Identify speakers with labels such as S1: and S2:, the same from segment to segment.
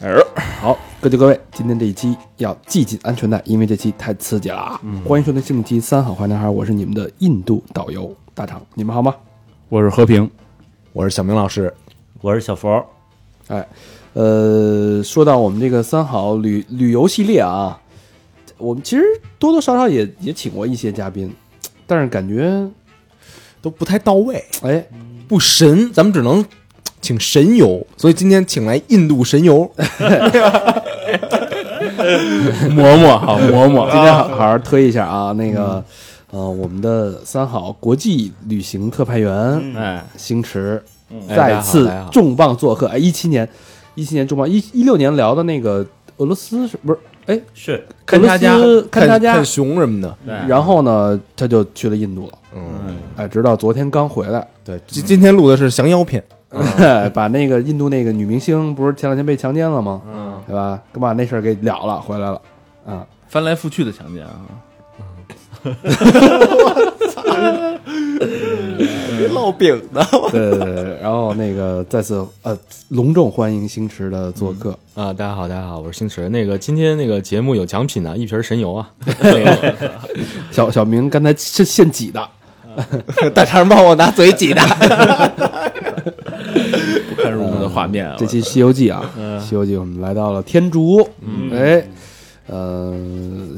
S1: 哎，好，各就各位，今天这一期要系紧安全带，因为这期太刺激了啊！
S2: 嗯
S1: 欢迎收听新一期《三好坏男孩》，我是你们的印度导游大厂，你们好吗？
S2: 我是和平，
S3: 我是小明老师，
S4: 我是小佛，
S1: 哎，呃，说到我们这个三好旅旅游系列啊，我们其实多多少少也也请过一些嘉宾，但是感觉
S3: 都不太到位，
S1: 哎，
S3: 不神，咱们只能请神游，所以今天请来印度神游，
S2: 磨磨好磨 嗯
S1: 今
S2: 磨，
S1: 天好好好推一下啊，那个呃，我们的三好国际旅行特派员，
S2: 哎，
S1: 星驰
S3: 哎大家
S1: 再
S3: 好
S1: 次
S3: 大家好
S1: 重磅做客。哎，一七年，一七年重磅，一一六年聊的那个俄罗斯是不是？哎，
S4: 是
S1: 俄罗斯看
S3: 看
S1: 他家
S3: 看，熊什么的。
S1: 然后呢，他就去了印度了。
S3: 嗯，
S1: 哎，直到昨天刚回来，
S3: 对，今今天录的是降妖 篇，
S1: 把那个印度那个女明星不是前两天被强奸了吗？嗯，对吧？刚把那事儿给了了，回来了。啊，
S2: 翻来覆去的强奸啊，
S3: 烙饼的
S1: 对对对对，然后那个再次呃隆重欢迎星驰的做客，
S5: 啊、大家好，大家好，我是星驰。那个今天那个节目有奖品呢，一瓶神油啊。那个
S1: 小小明刚才是现挤的，
S3: 大肠帮我拿嘴挤的。
S2: 不堪入目的画面啊。
S1: 这期《西游记》啊，
S2: 嗯
S1: 西游记》我们来到了天竺，哎，呃，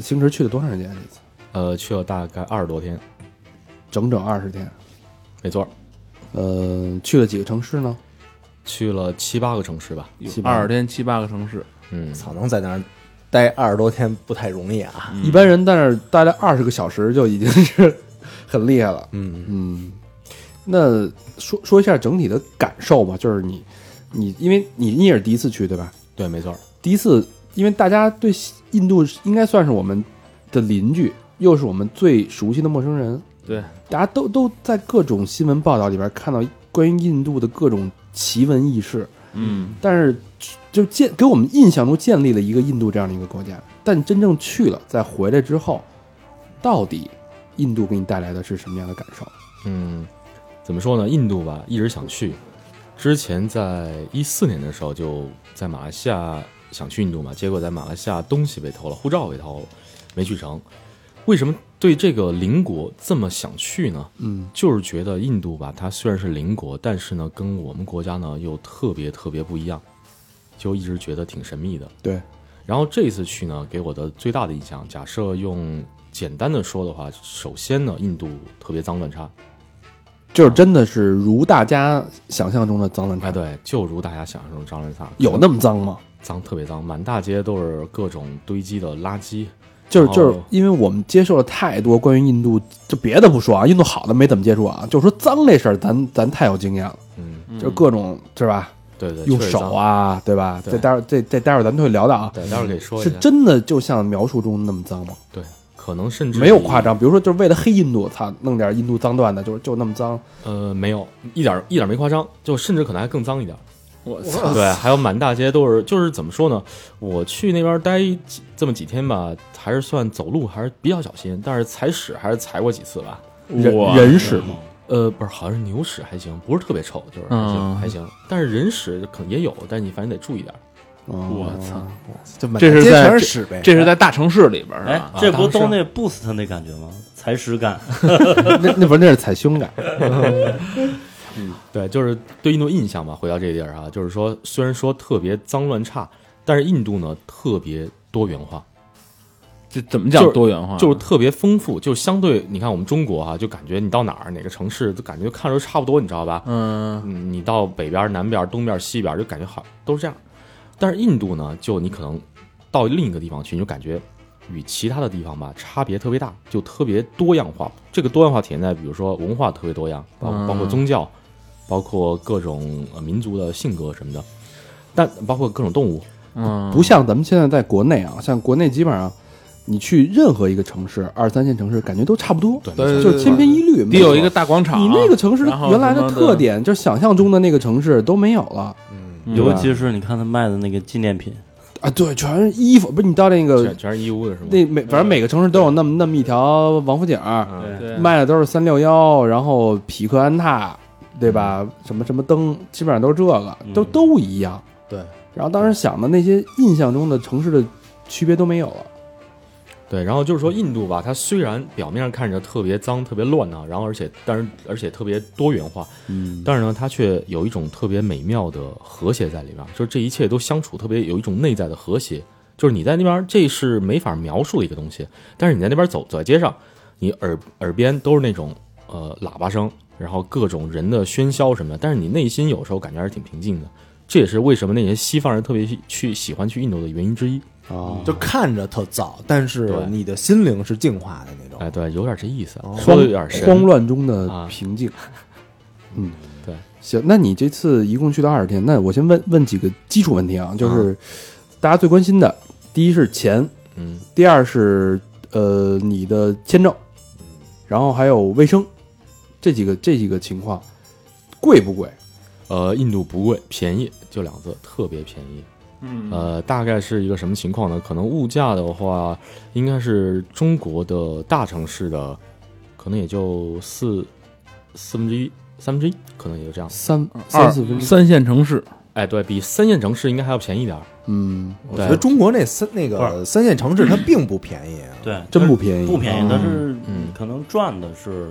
S1: 星驰去了多长时间？这次
S5: 呃，去了大概二十多天，
S1: 整整二十天。
S5: 没错，
S1: 呃，去了几个城市呢？
S5: 去了七八个城市吧。
S2: 有二十天七八个城市，
S5: 嗯，
S3: 操，能在那儿待二十多天不太容易啊。
S1: 一般人在那儿待了二十个小时就已经是 很厉害了。
S3: 嗯，
S1: 嗯，那说说一下整体的感受吧，就是你你因为你你也是第一次去对吧？
S5: 对，没错。
S1: 第一次，因为大家对印度应该算是我们的邻居，又是我们最熟悉的陌生人。
S2: 对，
S1: 大家都都在各种新闻报道里边看到关于印度的各种奇闻异事，
S2: 嗯，
S1: 但是就建给我们印象中建立了一个印度这样的一个国家。但你真正去了，再回来之后，到底印度给你带来的是什么样的感受？
S5: 嗯，怎么说呢？印度吧，一直想去。之前在一四年的时候，就在马来西亚想去印度嘛，结果在马来西亚东西被偷了，护照被偷了，没去成。为什么对这个邻国这么想去呢？
S1: 嗯，
S5: 就是觉得印度吧，它虽然是邻国，但是呢，跟我们国家呢又特别特别不一样，就一直觉得挺神秘的。
S1: 对，
S5: 然后这次去呢，给我的最大的印象，假设用简单的说的话，首先呢，印度特别脏乱差，
S1: 就是真的是如大家想象中的脏乱
S5: 哎，
S1: 差，
S5: 对，就如大家想象中脏乱差，
S1: 有那么脏吗？
S5: 脏特别脏，满大街都是各种堆积的垃圾，
S1: 就是
S5: 哦
S1: 就是因为我们接受了太多关于印度，就别的不说啊，印度好的没怎么接触啊，就说脏这事儿，咱咱太有经验了，
S5: 嗯，
S1: 就是各种是吧，
S5: 对对，
S1: 用
S5: 确实
S1: 手
S5: 脏，
S1: 啊，对吧？
S5: 对
S1: 这待会儿这这待会儿咱们会聊到啊，
S5: 对，待会儿可以说一
S1: 是
S5: 下，
S1: 真的就像描述中那么脏吗？
S5: 对，可能甚至
S1: 没有夸，张，比如说就是为了黑印度，操，弄点印度脏段子，就是就那么脏，
S5: 呃，没有，一点儿一点儿没夸张，就甚至可能还更脏一点儿。
S2: 我操，
S5: 对，还有满大街都是，就是怎么说呢？我去那边待几这么几天吧，还是算走路还是比较小心，但是踩屎还是踩过几次吧。
S1: 人
S2: 哇
S1: 人屎吗？
S5: 呃，不是，好像是牛屎还行，不是特别臭，就是还行、
S2: 嗯
S5: 还行。但是人屎可能也有，但是你反正得注意点儿。
S1: 我
S2: 我操，
S3: 这满
S2: 这是
S3: 街
S2: 在
S3: 全是屎呗。
S2: 这是在大城市里
S1: 啊
S2: 边是
S4: 哎
S2: 吧？，
S4: 这不都那 boost 那感觉吗？踩屎感，
S1: 那那不是那是踩胸感，
S5: 对，就是对印度印象吧。回到这地儿啊，就是说，虽然说特别脏乱差，但是印度呢特别多元化，
S2: 这怎么讲
S5: 就是
S2: 多元化？
S5: 就是特别丰富。就相对你看我们中国啊，就感觉你到哪儿哪个城市都感觉看着都差不多，你知道吧？
S2: 嗯，
S5: 嗯，你到北边、南边、东边、西边，就感觉好都是这样。但是印度呢，就你可能到另一个地方去，你就感觉与其他的地方吧差别特别大，就特别多样化。这个多样化体现在，比如说文化特别多样，包
S2: 嗯
S5: 包括宗教，包括各种呃民族的性格什么的，但包括各种动物。
S2: 嗯，
S1: 不像咱们现在在国内啊，像国内基本上你去任何一个城市，二三线城市感觉都差不多，
S5: 对，
S3: 对
S1: 就是千篇一律，
S2: 得
S1: 没
S2: 有一个大广场，
S1: 你那个城市
S2: 然后
S1: 原来
S2: 什么
S1: 的
S2: 的
S1: 特点，就是想象中的那个城市都没有了
S2: 嗯
S4: 尤其是你看他卖的那个纪念品，
S1: 啊！对，全是衣服，不是你到那个
S5: 全全是义乌的是吗？
S1: 那每反正每个城市都有那么那么一条王府井儿，
S5: 嗯
S2: 对
S1: 卖的都是三六幺，然后匹克安踏，对
S2: 嗯
S1: 吧？什么什么灯，基本上都是这个，都
S4: 嗯
S1: 都一样。
S3: 对，
S1: 然后当时想的那些印象中的城市的区别都没有了。
S5: 对，然后就是说印度吧，它虽然表面上看着特别脏、特别乱呢、然后而且但是而且特别多元化，
S1: 嗯，
S5: 但是呢，它却有一种特别美妙的和谐在里面，就是这一切都相处特别有一种内在的和谐，就是你在那边这是没法描述的一个东西，但是你在那边走走在街上，你耳耳边都是那种呃喇叭声，然后各种人的喧嚣什么的，但是你内心有时候感觉还是挺平静的，这也是为什么那些西方人特别去去喜欢去印度的原因之一。
S1: 啊，
S3: 就看着特燥，但是
S5: 对
S3: 你的心灵是净化的那种。
S5: 哎，对，有点这意思，啊
S3: 哦
S5: 说的有点神。
S1: 慌乱中的
S5: 啊
S1: 平静。嗯，
S5: 对。
S1: 行，那你这次一共去了二十天，那我先问问几个基础问题啊，就是大家最关心的，第一是钱，
S5: 嗯，
S1: 第二是呃你的签证，然后还有卫生，这几个这几个情况贵不贵？
S5: 呃，印度不贵，便宜就两个字，特别便宜。
S2: 嗯
S5: 呃，大概是一个什么情况呢？可能物价的话，应该是中国的大城市的，可能也就四四分之一、三分之一，可能也就这样。
S1: 三
S2: 二
S1: 三四分之一，
S2: 三线城市，
S5: 哎，对比三线城市应该还要便宜点儿。
S1: 嗯，
S3: 我
S5: 对
S3: 觉得中国那三那
S4: 不
S3: 个三线城市它并不便宜啊，
S4: 对，
S1: 真不便宜，
S4: 不便宜，但是
S5: 嗯
S4: 可能赚的是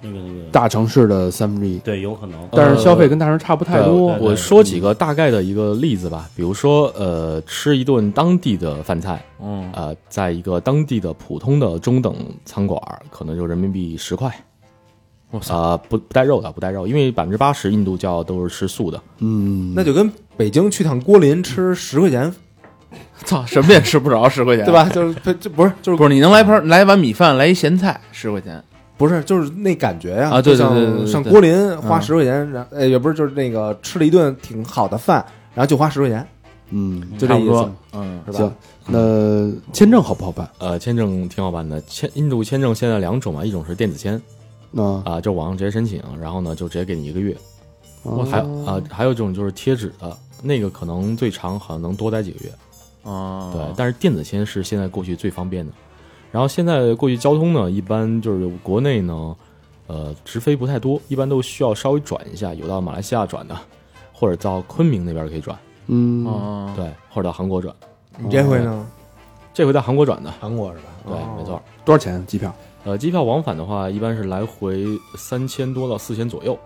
S4: 那个那个，
S1: 大城市的三分之一，
S4: 对，有可能。
S1: 但是消费跟大城市差不太多
S4: 对。
S5: 我说几个大概的一个例子吧，比如说，呃，吃一顿当地的饭菜，
S2: 嗯，
S5: 呃，在一个当地的普通的中等餐馆儿，可能就人民币十块。
S2: 我操，
S5: 啊、不不带肉的，不带肉，因为百分之八十印度教都是吃素的。
S1: 嗯，
S3: 那就跟北京去趟郭林吃十块钱，
S2: 操，什么也吃不着，十块钱，
S3: 对？吧？就是不就不是就是
S2: 不是，你能来盘来碗米饭，来一咸菜，十块钱，
S3: 不是，就是那感觉呀、
S2: 啊对
S3: 就像
S2: 对对对对
S3: 上
S2: 对嗯
S3: 郭林花十块钱，然后呃也不是，就是那个吃了一顿挺好的饭，然后就花十块钱，
S1: 嗯，
S3: 就这
S2: 差不
S3: 意思
S2: 多，，嗯，
S3: 是吧
S1: 行？，那签证好不好办？
S5: 呃，签证挺好办的，签印度签证现在两种嘛，一种是电子签
S1: 啊，
S5: 啊、就网上直接申请，然后呢就直接给你一个月。
S1: 我
S5: 还有啊、还有一种就是贴纸的，那个可能最长好像能多待几个月。
S2: 哦，
S5: 对，但是电子签是现在过去最方便的。然后现在过去交通呢，一般就是国内呢，呃，直飞不太多，一般都需要稍微转一下，有到马来西亚转的，或者到昆明那边可以转，
S1: 嗯，
S2: 哦，
S5: 对，或者到韩国转。
S3: 你这回呢？
S5: 这回到韩国转的，
S3: 韩国是吧？
S5: 对，
S3: 哦
S5: 没错。。
S1: 多少钱机票？
S5: 呃，机票往返的话，一般是来回三千多到四千左右，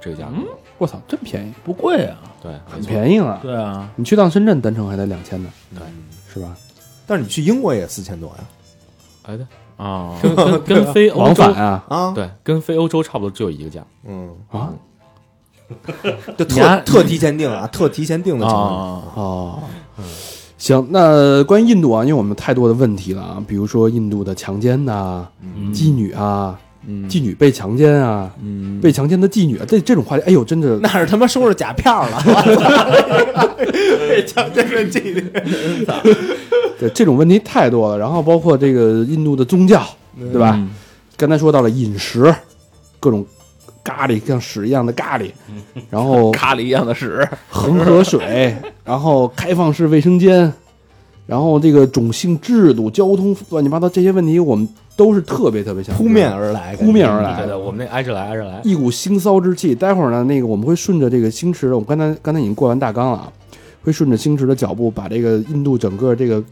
S5: 这个价格。
S1: 我操，真便宜，
S2: 不贵啊，
S5: 对，
S1: 很便宜了。
S2: 对啊，
S1: 你去趟深圳单程还得两千呢，对，是吧？
S3: 但是你去英国也四千多呀，
S5: 哎对，
S2: 啊，
S5: 跟跟跟飞欧洲
S1: 往返啊
S3: 啊，，
S5: 对，跟飞欧洲差不多只有一个价。
S3: 嗯，
S1: 啊
S3: 就
S2: 你还
S3: 特特提前订了啊，特提前订的情况，
S2: 啊，
S1: 哦，行，那关于印度啊，因为我们有太多的问题了啊，比如说印度的强奸呐、
S4: 嗯
S1: 妓女啊，
S2: 嗯
S1: 妓女被强奸啊，
S2: 嗯，
S1: 被强奸的妓女啊，这这种话题，哎呦，真的
S3: 那是他妈收拾假票了，
S2: 哦
S3: 强奸的妓女，
S1: 对这种问题太多了。然后包括这个印度的宗教，对吧？
S2: 嗯
S1: 刚才说到了饮食，各种咖喱像屎一样的 咖喱，然后
S2: 咖喱一样的屎，
S1: 恒 河水，然后开放式卫生间，然后这个种姓制度、交通乱七八糟这些问题，我们都是特别特别想知道
S3: 扑面而来，
S1: 扑面而来
S5: 对
S1: 的
S5: 的，我们那挨着来挨着来。
S1: 一股腥骚之气。待会儿呢，那个我们会顺着这个星驰，我们刚才刚才已经过完大纲了啊，会顺着星驰的脚步，把这个印度整个这个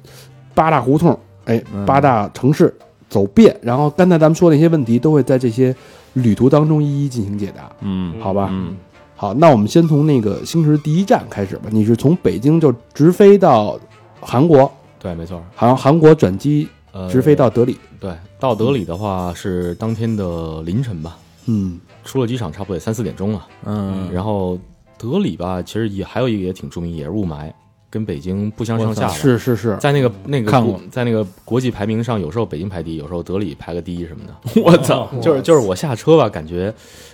S1: 八大胡同，哎，
S2: 嗯
S1: 八大城市走遍，然后刚才咱们说的那些问题，都会在这些旅途当中一一进行解答，
S2: 嗯
S1: 好吧？
S2: 嗯，
S1: 好，那我们先从那个星驰第一站开始吧。你是从北京就直飞到韩国，
S5: 对，没错。
S1: 韩韩国转机
S5: 呃，
S1: 直飞到德里。
S5: 对，到德里的话是当天的凌晨吧，
S1: 嗯
S5: 出了机场差不多也三四点钟了。
S2: 嗯，
S5: 然后德里吧，其实也还有一个也挺著名，也是雾霾，跟北京不相上下吧。
S1: 是是是，
S5: 在那个那个
S2: 看
S5: 国
S2: 过
S5: 在那个国际排名上，有时候北京排第一，有时候德里排个第一什么的。
S2: 我操，
S5: 就是就是我下车吧，感觉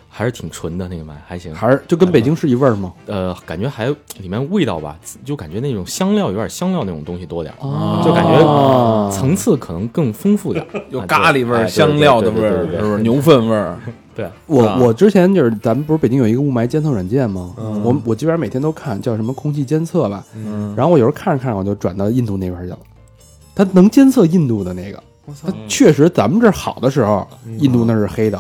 S5: 还是挺纯的那个麦，还行。
S1: 还是就跟北京是一味儿吗？
S5: 呃，感觉还里面味道吧，就感觉那种香料有点香料那种东西多点儿，
S1: 哦
S5: 就感觉
S1: 哦
S5: 层次可能更丰富点儿，
S2: 有
S5: 啊
S2: 咖喱味
S5: 对哎
S2: 儿、
S5: 对
S2: 香料的
S5: 对
S2: 味
S5: 对
S2: 儿，
S5: 对对
S2: 是
S5: 对
S2: 不是牛粪味儿？
S5: 对，
S1: 我
S2: 啊
S1: 我之前就是咱们不是北京有一个雾霾监测软件吗？我我基本上每天都看，叫什么空气监测吧。然后我有时候看着看着我就转到印度那边去了，它能监测印度的那个。它确实咱们这儿好的时候，印度那儿是黑的；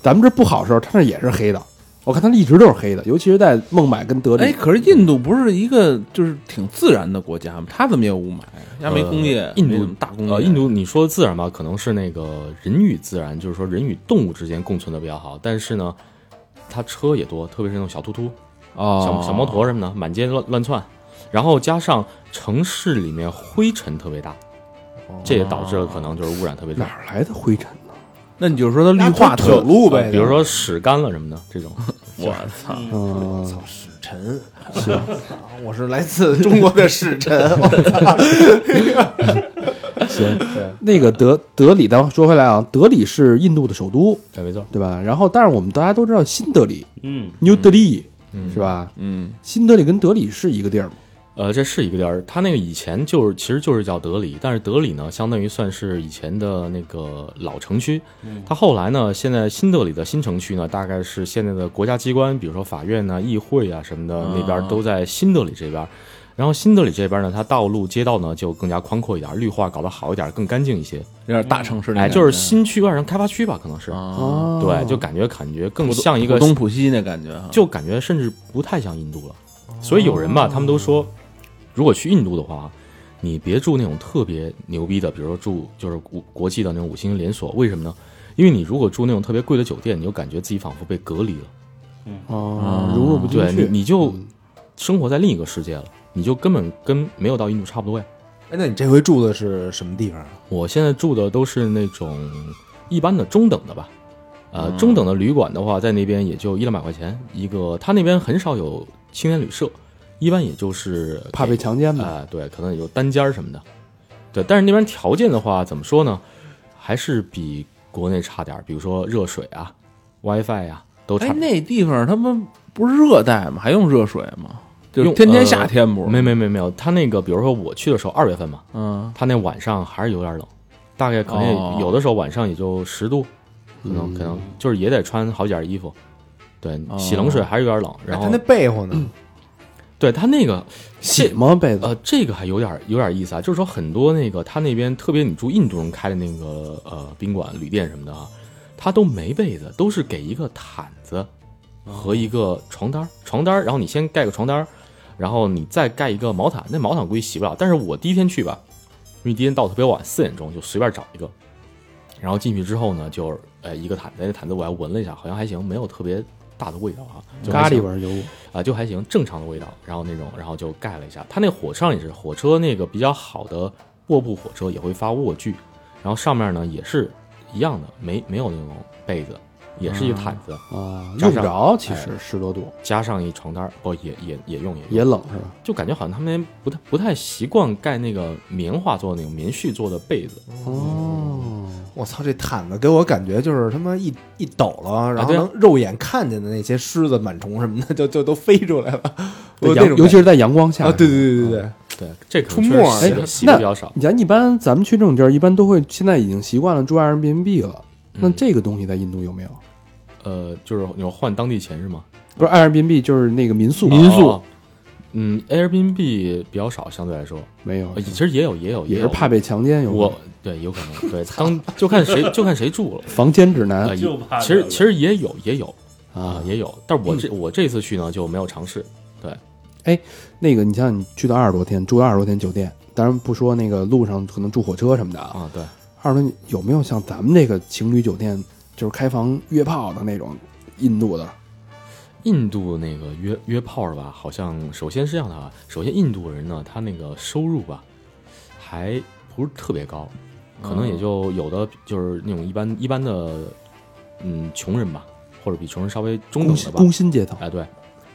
S1: 咱们这儿不好的时候，它那儿也是黑的。我看它一直都是黑的，尤其是在孟买跟德
S2: 哎，
S1: 里。
S2: 可是印度不是一个就是挺自然的国家吗？它怎么也有雾霾？人家没工业
S5: 呃，印
S2: 没
S5: 度
S2: 怎么大工
S5: 呃，
S2: 业，
S5: 印度你说自然吧，可能是那个人与自然，就是说人与动物之间共存的比较好，但是呢，它车也多，特别是那种小突突、
S2: 哦，
S5: 小小摩托什么的，满街乱乱窜，然后加上城市里面灰尘特别大，这也导致了可能就是污染特别
S1: 哪
S5: 大，
S1: 儿来的灰尘呢？
S2: 那你就说它绿化特
S3: 土路
S5: 呃
S3: 呗，
S5: 比如说屎干了什么的这种。
S2: 我操，
S1: 嗯，
S3: 陈，我是来 自中国的使 臣，我操
S1: 那个德德里，咱们说回来啊，德里是印度的首都，
S5: 对，没错。
S1: 对吧？然后，但是我们大家都知道新德里
S4: 嗯，
S1: （New Delhi） 是吧？
S2: 嗯，
S1: 新德里跟德里是一个地儿吗？
S5: 呃，这是一个地儿，它那个以前就是其实就是叫德里，但是德里呢，相当于算是以前的那个老城区。它后来呢，现在新德里的新城区呢，大概是现在的国家机关，比如说法院呐、议会啊什么的，那边都在新德里这边。然后新德里这边呢，它道路、街道呢就更加宽阔一点，绿化搞得好一点，更干净一些。
S2: 有点大城市那
S5: 哎，
S2: 感觉，
S5: 就是新区外人开发区吧，可能是。
S2: 啊，
S1: 哦
S5: 对，就感觉感觉更像一个
S2: 浦东浦西那感觉哈，
S5: 就感觉甚至不太像印度了。所以有人吧，他们都说，如果去印度的话，你别住那种特别牛逼的，比如说住就是国国际的那种五星连锁，为什么呢？因为你如果住那种特别贵的酒店，你就感觉自己仿佛被隔离了，
S1: 哦，融入不进
S5: 嗯对你
S1: 去。嗯
S5: 你就生活在另一个世界了，你就根本跟没有到印度差不多呀。
S3: 哎，那你这回住的是什么地方啊？
S5: 我现在住的都是那种一般的中等的吧，呃，
S1: 嗯
S5: 中等的旅馆的话，在那边也就一两百块钱一个，他那边很少有青年旅社，一般也就是
S1: 怕被强奸吧？
S5: 啊、对，可能也就单间儿什么的。对，但是那边条件的话，怎么说呢，还是比国内差点儿，比如说热水啊、WiFi 呀、都差
S2: 哎
S5: 点儿。
S2: 那地方他们不是热带吗？还用热水吗？就
S5: 用
S2: 天天
S5: 呃
S2: 夏天不是？
S5: 没没没没有，他那个，比如说我去的时候二月份嘛，
S2: 嗯，
S5: 他那晚上还是有点冷，大概可能
S2: 哦
S5: 也有的时候晚上也就十度，可
S3: 嗯
S5: 能可能就是也得穿好几件衣服。对，洗冷水还是有点冷，然
S3: 哎
S5: 后
S3: 他那被窝呢？
S5: 对他那个
S1: 洗吗被子？
S5: 呃，这个还有点儿有点儿意思啊，就是说很多那个他那边，特别你住印度人开的那个呃宾馆、旅店什么的啊，他都没被子，都是给一个毯子和一个床单儿，床单儿，然后你先盖个床单儿，然后你再盖一个毛毯，那毛毯估计洗不了，但是我第一天去吧，因为第一天到特别晚，四点钟就随便找一个，然后进去之后呢，就是呃一个毯子，那毯子我还闻了一下，好像还行，没有特别大的味道啊，就还
S1: 嗯咖
S5: 行
S1: 喱味儿有我。
S5: 啊，就还行，正常的味道。然后那种，然后就盖了一下。它那火上也是，火车那个比较好的卧铺火车也会发卧具，然后上面呢也是一样的，没没有那种被子，也是一个毯子，
S1: 啊，
S5: 加
S1: 用不
S5: 上
S1: 着，其实十多度
S5: 加上一床单儿，不也也也用也用，
S1: 也冷是吧？
S5: 就感觉好像他们那边不太不太习惯盖那个棉花做的那种棉絮做的被子，
S1: 哦，
S3: 我操，这毯子给我感觉就是他妈一一抖了，然后
S5: 对啊
S3: 能肉眼看见的那些虱子、螨虫什么的， 就就都飞出来了。我有那
S1: 阳
S3: 种
S1: 尤其
S3: 感
S1: 是在阳光下
S3: 觉啊，对对对对对，
S5: 对，这可
S3: 出
S5: 能确
S3: 沫儿
S5: 实
S3: 哎
S5: 洗的洗的
S1: 那
S5: 比较少。
S1: 你像一般咱们去这种地儿，一般都会现在已经习惯了住 Airbnb 了。那
S5: 嗯
S1: 这个东西在印度有没有？
S5: 呃，就是你要换当地钱是吗？
S1: 不是 Airbnb 就是那个民宿，
S5: 哦，嗯，Airbnb 比较少，相对来说，
S1: 没有
S5: 呃，其实也有也有
S1: 也是
S5: 有
S1: 怕被强奸有没有
S5: 我对有可能对，当就看谁就看谁住了。
S1: 房间指南
S5: 呃
S4: 啊就怕
S5: 其
S4: 这
S5: 实
S4: 个
S5: 其实也有也有啊
S1: 啊。
S5: 也有，但是我这我这次去呢就没有尝试。
S1: 那个，你像你去到二十多天，住到二十多天酒店，当然不说那个路上可能住火车什么的啊，
S5: 啊，对，
S1: 二轮有没有像咱们这个情侣酒店，就是开房约炮的那种印度的？
S5: 印度那个约约炮的吧，好像首先是这样的啊，首先印度人呢，他那个收入吧，还不是特别高，可能也就有的就是那种一般一般的，嗯，穷人吧，或者比穷人稍微中
S1: 工
S5: 等
S1: 薪
S5: 的吧
S1: 工，薪阶层，
S5: 哎，对，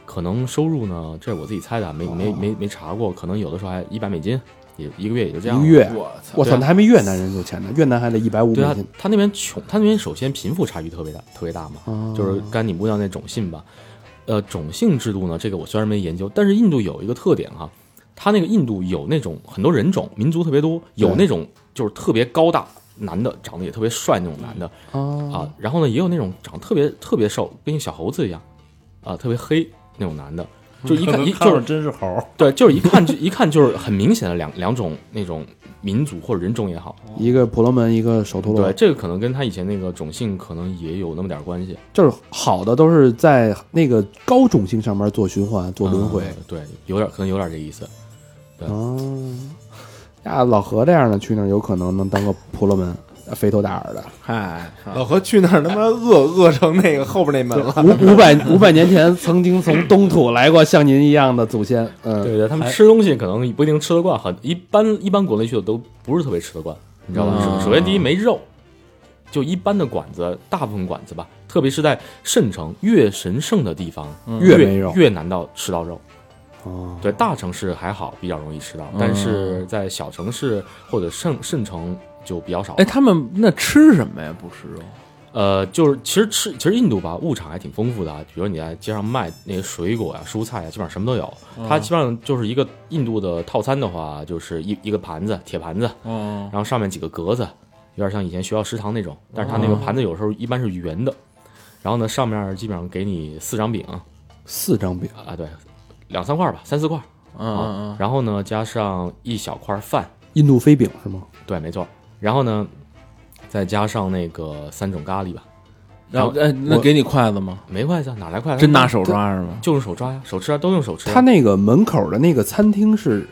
S5: 可能收入呢，这是我自己猜的，没没没没查过，可能有的时候还一百美金，也一个月也就这样
S1: 一
S5: 了。
S1: 个月，
S2: 我操，
S1: 我操，那还没越南人有钱呢，越南还得一百五
S5: 对
S1: 美
S5: 啊
S1: 金，，
S5: 他那边穷，他那边首先贫富差距特别大，特别大嘛，
S1: 哦
S5: 就是甘尼姑娘那种姓吧。呃，种姓制度呢，这个我虽然没研究，但是印度有一个特点哈，它那个印度有那种很多人种，民族特别多，有
S1: 对
S5: 那种就是特别高大男的，长得也特别帅那种男的
S1: 啊
S5: 啊，然后呢也有那种长得特别特别瘦，跟一小猴子一样啊，特别黑那种男的，
S1: 嗯
S5: 就一看一
S4: 看
S5: 就
S4: 着
S5: 是
S4: 真是猴儿，
S5: 对，就是一看就一看就是很明显的两两种那种民族或者人种也好，
S1: 一个婆罗门，一个首陀罗，
S5: 对，这个可能跟他以前那个种姓可能也有那么点儿关系。
S1: 就是好的都是在那个高种姓上面做循环、做轮回
S5: 嗯对，有点可能有点这意思。对
S1: 啊。呀，老何这样的去那儿有可能能当个婆罗门，呃肥头大耳的。
S2: 嗨，
S3: 老何去那儿他妈饿 饿成那个后边那门了，
S1: 五五百五百年前曾经从东土来过像您一样的祖先，嗯，
S5: 对对，他们吃东西可能不一定吃得惯，很一般一般国内去的都不是特别吃得惯，你知道吧？
S2: 嗯
S5: 首首先第一没肉，就一般的馆子，大部分馆子吧，特别是在圣城越神圣的地方，
S1: 嗯越
S5: 越
S1: 没肉
S5: 越难到吃到肉。
S1: 哦，嗯
S5: 对，大城市还好，比较容易吃到，但是在小城市或者圣圣城就比较少。
S2: 哎，他们那吃什么呀？不吃肉，
S5: 呃，就是其实吃，其实印度吧，物产还挺丰富的啊。比如你在街上卖那些水果呀、蔬菜呀，基本上什么都有。
S2: 嗯
S5: 它基本上就是一个印度的套餐的话，就是一一个盘子，铁盘子，
S2: 嗯
S5: 然后上面几个格子，有点像以前学校食堂那种。但是它那个盘子有时候一般是圆的，然后呢，上面基本上给你四张饼
S1: 四张饼，
S5: 啊，对，两三块吧，三四块
S2: 嗯嗯，
S5: 然后呢，加上一小块饭，
S1: 印度飞饼是吗？
S5: 对，没错。然后呢，再加上那个三种咖喱吧，
S2: 然后哎，哎那给你筷子吗？
S5: 没筷子啊，哪来筷子？
S2: 真拿手抓是吗？
S5: 就用手抓呀，手吃啊，都用手吃啊。
S1: 他那个门口的那个餐厅是，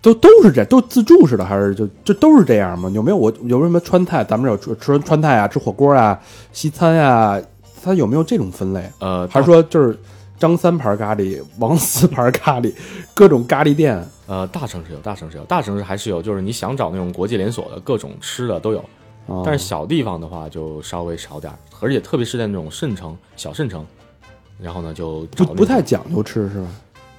S1: 都都是这都自助式的，还是就就都是这样吗？有没有我有没有什么川菜？咱们有吃吃川菜啊，吃火锅啊，西餐啊，它有没有这种分类？
S5: 呃，
S1: 还是
S5: 大
S1: 说就是张三牌咖喱、王四牌咖喱，各种咖喱店？
S5: 呃大城市有，大城市有，大城市还是有，就是你想找那种国际连锁的各种吃的都有，
S1: 啊
S5: 但是小地方的话就稍微少点儿，而且特别是在那种圣城、小圣城，然后呢就
S1: 不
S5: 找那
S1: 不太
S5: 种
S1: 讲究吃是吧？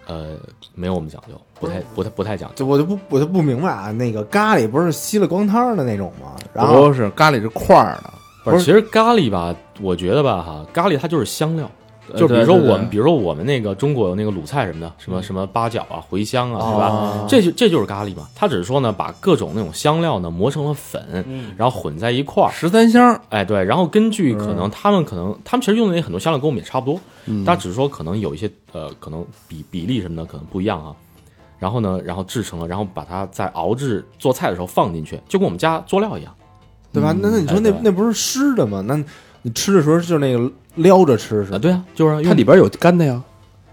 S5: 呃没有我们讲究，不太不太不太讲究。
S3: 就我就不我就不明白啊，那个咖喱不是吸了光汤的那种吗？然
S2: 不
S3: 后
S2: 过是咖喱是块儿的，
S5: 不是，其实咖喱吧，我觉得吧哈，咖喱它就是香料。就比如说
S2: 对对对
S5: 我们，比如说我们那个中国有那个鲁菜什么的，什么什么八角啊、茴香啊，是吧？这就这就是咖喱嘛。它只是说呢，把各种那种香料呢磨成了粉，然后混在一块儿，
S2: 十三香，
S5: 哎，对，然后根据可能他们可能他们其实用的那很多香料跟我们也差不多，但只是说可能有一些呃可能比比例什么的可能不一样啊。然后呢，然后制成了，然后把它在熬制做菜的时候放进去，就跟我们家佐料一样。
S3: 嗯对吧？那那你说那
S5: 哎对
S3: 那不是湿的吗？那你吃的时候就那个撩着吃是
S5: 啊，
S3: 吧？
S5: 对啊，就是啊
S1: 它
S5: 用
S1: 里边有干的呀，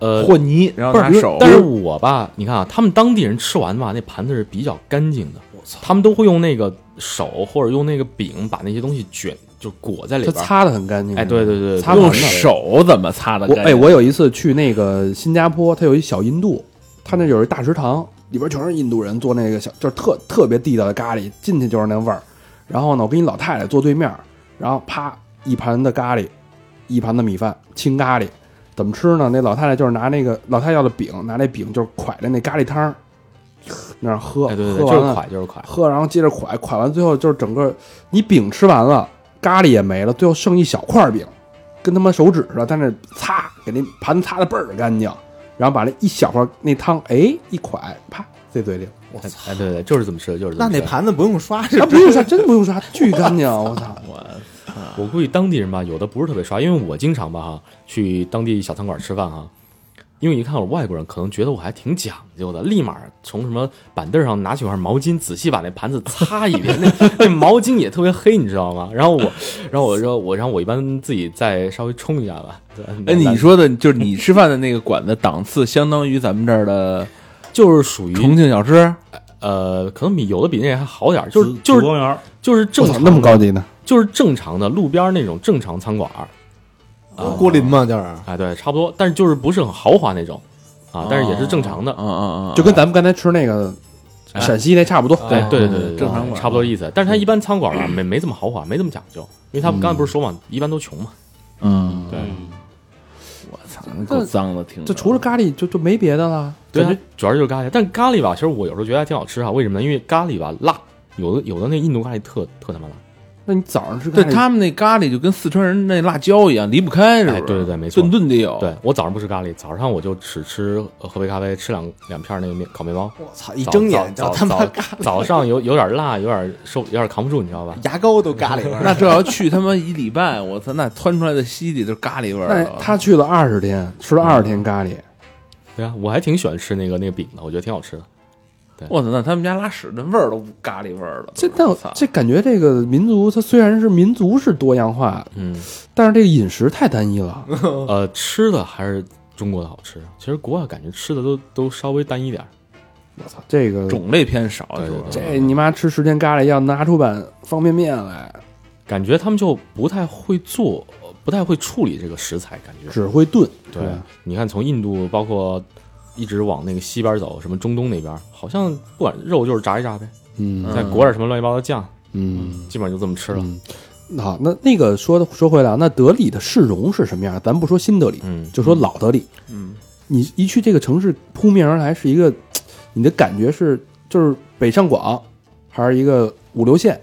S5: 呃
S2: 和泥，然后
S5: 不是
S2: 拿
S1: 哦
S2: 手，
S5: 但是我吧，你看啊，他们当地人吃完吧，那盘子是比较干净的，他们都会用那个手或者用那个饼把那些东西卷，就裹在里
S1: 它
S5: 边儿。
S1: 擦的很干净。
S5: 哎，对对对，
S1: 擦盘
S5: 对
S2: 用
S1: 子
S2: 手怎么擦的
S1: 我
S2: 干净？
S1: 哎，我有一次去那个新加坡，它有一小印度，它那有一大食堂，里边全是印度人做那个小，就是特特别地道的咖喱，进去就是那味儿。然后呢，我跟一老太太坐对面，然后啪一盘的咖喱，一盘的米饭，清咖喱，怎么吃呢？那老太太就是拿那个老太太要的饼，拿那饼就是蒯着那咖喱汤儿，那样喝，
S5: 哎对对
S1: 喝
S5: 对，就
S1: 完
S5: 是
S1: 了
S5: 蒯就是蒯。
S1: 喝，然后接着蒯，蒯完最后就是整个你饼吃完了，咖喱也没了，最后剩一小块饼，跟他妈手指似的，但是擦给那盘子擦的倍儿干净，然后把那一小块那汤哎一蒯，啪塞嘴里，
S5: 哎哎对对，就是这么吃的，就是这
S3: 那
S5: 么吃
S3: 那
S5: 的。
S3: 盘子不用刷是
S1: 他不用刷，真不用刷，巨干净，啊我操！
S5: 我估计当地人吧，有的不是特别刷，因为我经常吧哈去当地小餐馆吃饭哈，因为一看我外国人，可能觉得我还挺讲究的，立马从什么板凳上拿起块毛巾，仔细把那盘子擦一遍，那那毛巾也特别黑，你知道吗？然后我，然后我说我，然后我一般自己再稍微冲一下吧。
S2: 哎，你说的就是你吃饭的那个馆子档次，相当于咱们这儿的
S5: 就是属
S2: 重
S5: 于
S2: 庆小吃，
S5: 呃，可能比有的比那还好点儿，就是
S4: 紫
S5: 就
S4: 紫
S5: 是
S4: 光园儿
S5: 就是正
S1: 我操
S5: 常
S1: 那么高级 呢？
S5: 就是正常的路边那种正常餐馆儿。
S3: 吧？郭林嘛，就是
S5: 哎，对，差不多，但是就是不是很豪华那种啊，但是也是正常的。
S2: 嗯嗯嗯，
S1: 就跟咱们刚才吃那个
S5: 哎
S1: 陕西那差不多，
S5: 对
S3: 啊
S5: 对对对对，
S2: 正常
S5: 对
S2: 馆
S5: 差不多意思。但是它一般餐馆吧，没没这么豪华，
S3: 嗯
S5: 没这么讲究，因为他们刚才不是说嘛，一般都穷嘛。
S2: 嗯，
S4: 嗯，
S2: 我操，够脏的，听着
S1: 就除了咖喱就就没别的了。
S5: 对啊
S1: 感觉，
S5: 主要就是咖喱。但咖喱吧，其实我有时候觉得还挺好吃哈、啊为什么呢？因为咖喱吧辣，有的有的那印度咖喱特特他妈辣。
S1: 那你早上吃咖
S2: 对
S1: 喱，
S2: 他们那咖喱就跟四川人那辣椒一样，离不开，是不
S5: 哎
S2: 是？
S5: 对对对没错
S2: 顿顿得
S3: 哦
S2: 有。
S5: 对我早上不吃咖喱，早上我就只吃呃喝杯咖啡，吃两两片那个面烤面包。
S3: 我操！一
S5: 早
S3: 睁眼
S5: 早
S3: 就他妈
S5: 早早上有有点辣，有点受，有点扛不住，你知道吧？
S3: 牙膏都咖喱味儿。
S2: 那这要去他妈一礼拜，我操，那窜出来的稀里就是咖喱味儿
S1: 那
S2: 了。
S1: 他去了二十天，吃了二十天咖喱，
S5: 对啊，我还挺喜欢吃那个那个饼的，我觉得挺好吃的。
S2: 我操，那他们家拉屎那味儿都不咖喱味儿了。
S1: 这
S2: 我
S1: 但
S2: 操，
S1: 这感觉这个民族，它虽然是民族是多样化，
S5: 嗯，
S1: 但是这个饮食太单一了。
S3: 嗯
S5: 呃，吃的还是中国的好吃。其实国外感觉吃的都都稍微单一点儿。
S1: 我操，这个
S2: 种类偏少，
S5: 对
S2: 是吧
S5: 对对
S1: 这你妈吃十天咖喱要拿出碗方便面来，
S5: 感觉他们就不太会做，呃不太会处理这个食材，感觉。
S1: 只会炖。
S5: 对啊
S1: 吧，
S5: 你看从印度包括一直往那个西边走，什么中东那边，好像不管肉就是炸一炸呗，
S1: 嗯
S5: 再裹点什么乱七八糟酱，
S1: 嗯，
S5: 基本上就这么吃了。
S1: 嗯，好，那那个说说回来啊，那德里的市容是什么样？咱不说新德里，
S5: 嗯，
S1: 就说老德里。
S2: 嗯，
S1: 你一去这个城市，扑面而来是一个，你的感觉是就是北上广，还是一个五六线？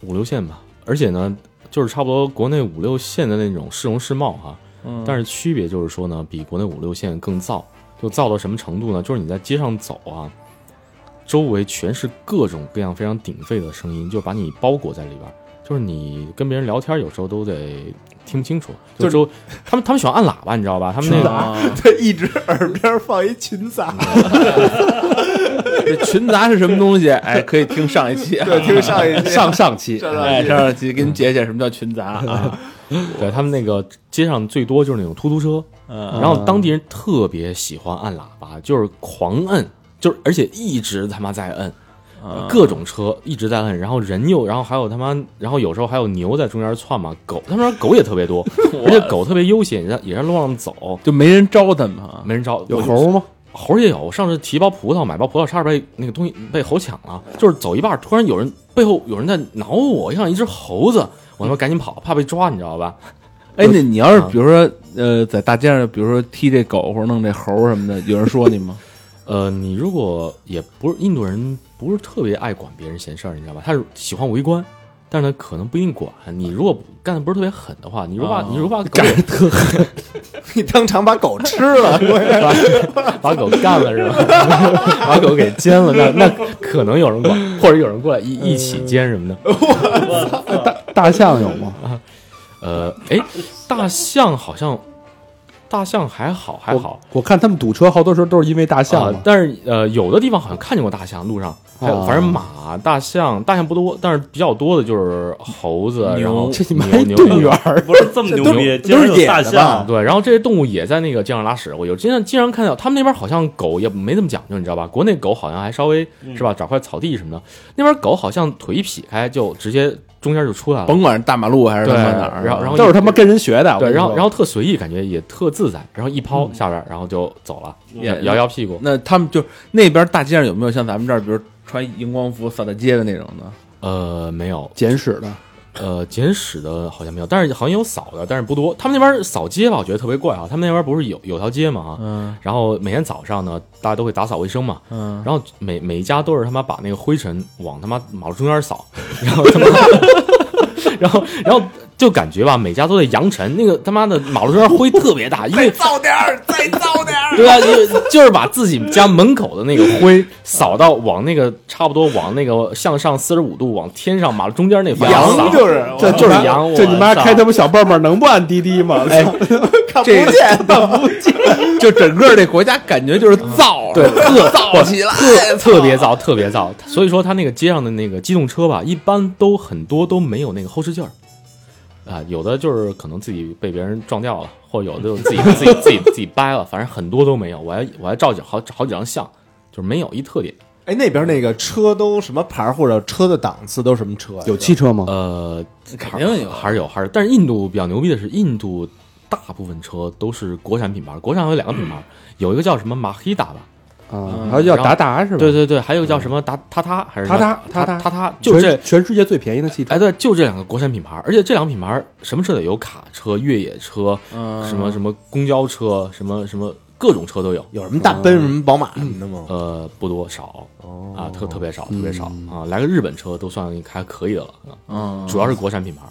S5: 五六线吧，而且呢，就是差不多国内五六线的那种市容市貌哈，
S2: 嗯
S5: 但是区别就是说呢，比国内五六线更燥，就燥到什么程度呢？就是你在街上走啊，周围全是各种各样非常鼎沸的声音，就把你包裹在里边儿，就是你跟别人聊天有时候都得。听不清楚，就周他们他们喜欢按喇叭，你知道吧？他们那个
S2: 啊，
S3: 他一直耳边放一群撒，
S2: 这群杂是什么 东西？哎，可以听上一期啊，
S3: 对，听上一期嗯
S1: 上上期
S2: 哎，上上期给你解解什么叫群杂啊？
S5: 对他们那个街上最多就是那种出租车，
S2: 嗯
S5: 然后当地人特别喜欢按喇叭，就是狂摁，就是而且一直他妈在摁，
S2: 嗯
S5: 各种车一直在摁，然后人又，然后还有他妈，然后有时候还有牛在中间窜嘛，狗他们那儿狗也特 别多，而且狗特别悠闲，也在也在路上走，
S2: 就没人招他们啊。
S5: 没人招。
S1: 有
S5: 我
S1: 猴吗？
S5: 猴儿也有，我上次提包葡萄，买包葡萄，差点被那个东西被猴抢了。就是走一半儿，突然有人背后有人在挠我，像一只猴子，我他妈赶紧跑，怕被抓，你知道吧？
S2: 哎，那你要是比如说呃，在大街上，比如说踢这狗或者弄这猴什么的，有人说你吗？
S5: 呃，你如果也不是印度人，不是特别爱管别人闲事儿，你知道吧？他是喜欢围观，但是呢，可能不一定管。你如果干的不是特别狠的话，你如果把、
S1: 啊
S5: 你如果把狗
S3: 你当场把狗 吃了，
S5: 把狗干了是吧？把狗给奸了，那那可能有人管，或者有人过来一一起奸什么 的。
S1: 大象有 吗？
S5: 呃，哎，大象好像，大象还好还好。
S1: 我看他们堵车好多时候都是因哦为大象
S5: 啊
S1: 嘛。
S5: 但是呃，有的地方好像看见过大象，路上还有
S1: 哦
S5: 反正马、大象，大象不多，但是比较多的就是猴子，然 后
S1: 这你妈
S5: 啊牛
S1: 一
S5: 牛
S1: 动物园儿，
S4: 不是这么牛逼，竟然
S3: 都
S4: 有大
S3: 是野的吧
S4: 象，
S5: 对，然后这些动物也在那个街上拉屎，我有经常经常看到，他们那边好像狗也没这么讲究，你知道吧？国内狗好像还稍微
S1: 嗯
S5: 是吧，找块草地什么的，那边狗好像腿一劈开就直接中间就出来了，
S2: 甭管是大马路还是他
S5: 对，
S2: 妈哪儿啊，
S5: 然后然后
S1: 都是他妈跟人 学的。嗯我跟
S5: 对，
S1: 你
S5: 然后
S1: 说
S5: 然后特随意，感觉也特自在，然后一抛下边，然后就走了，
S1: 嗯
S2: 也
S5: 摇摇屁股。
S2: 那他们就那边大街上有没有像咱们这儿，比如穿荧光服扫大街的那种的？
S5: 呃，没有，
S1: 捡屎的，
S5: 呃，捡屎的好像没有，但是好像有扫的，但是不多。他们那边扫街吧，我觉得特别怪啊。他们那边不是有有条街嘛啊，
S2: 嗯
S5: 然后每天早上呢，大家都会打扫卫生嘛，
S2: 嗯，
S5: 然后每每一家都是他妈把那个灰尘往他妈马路中间扫， 然后他妈，然后然后就感觉吧，每家都在扬尘，那个他妈的马路中间灰特别大，因为
S3: 造点儿，再造点儿。
S5: 对啊，就是就是把自己家门口的那个灰扫到往那个差不多往那个向上四十五度往天上马路中间那方向
S3: 羊
S5: 扫，
S3: 就是，
S1: 这就是
S5: 我养我
S1: 这你妈
S5: 操
S1: 开他妈小蹦蹦能不按滴滴 吗？ 哎，
S3: 看不见，
S2: 就整个这国家感觉就是燥，对，特燥起来，
S5: 特特别燥，特别燥。所以说，他那个街上的那个机动车吧，一般都很多都没有那个后视镜儿啊、有的就是可能自己被别人撞掉了，或者有的就自己自己自己自己掰了，反正很多都没有。我还我还照几好好几张相，就是没有一特点。
S3: 哎，那边那个车都什么牌儿或者车的档次都是什么车呀？
S1: 有汽车吗？
S5: 呃，
S2: 肯定有
S5: 还是有，还是。但是印度比较牛逼的是，印度大部分车都是国产品牌，国产有两个品牌，有一个叫什么马黑达吧，
S1: 啊
S5: 嗯，
S1: 还有叫
S5: 然后
S1: 达达是吧？
S5: 对对对，还有个叫什么达塔塔还是
S1: 塔塔
S5: 塔
S1: 塔
S5: 塔塔，
S1: 全，
S5: 就这
S1: 全世界最便宜的汽车
S5: 哎，对，就这两个国产品牌，而且这两个品牌什么车都有，卡车、越野车，
S2: 嗯
S5: 什么什么公交车，什么什么各种车都有。
S3: 有什么大奔、什么宝马什么的吗？
S5: 呃，不多少
S1: 哦
S5: 啊，特特别少，特别少
S1: 嗯
S5: 啊，来个日本车都算还可以的了，啊
S2: 嗯，
S5: 主要是国产品牌。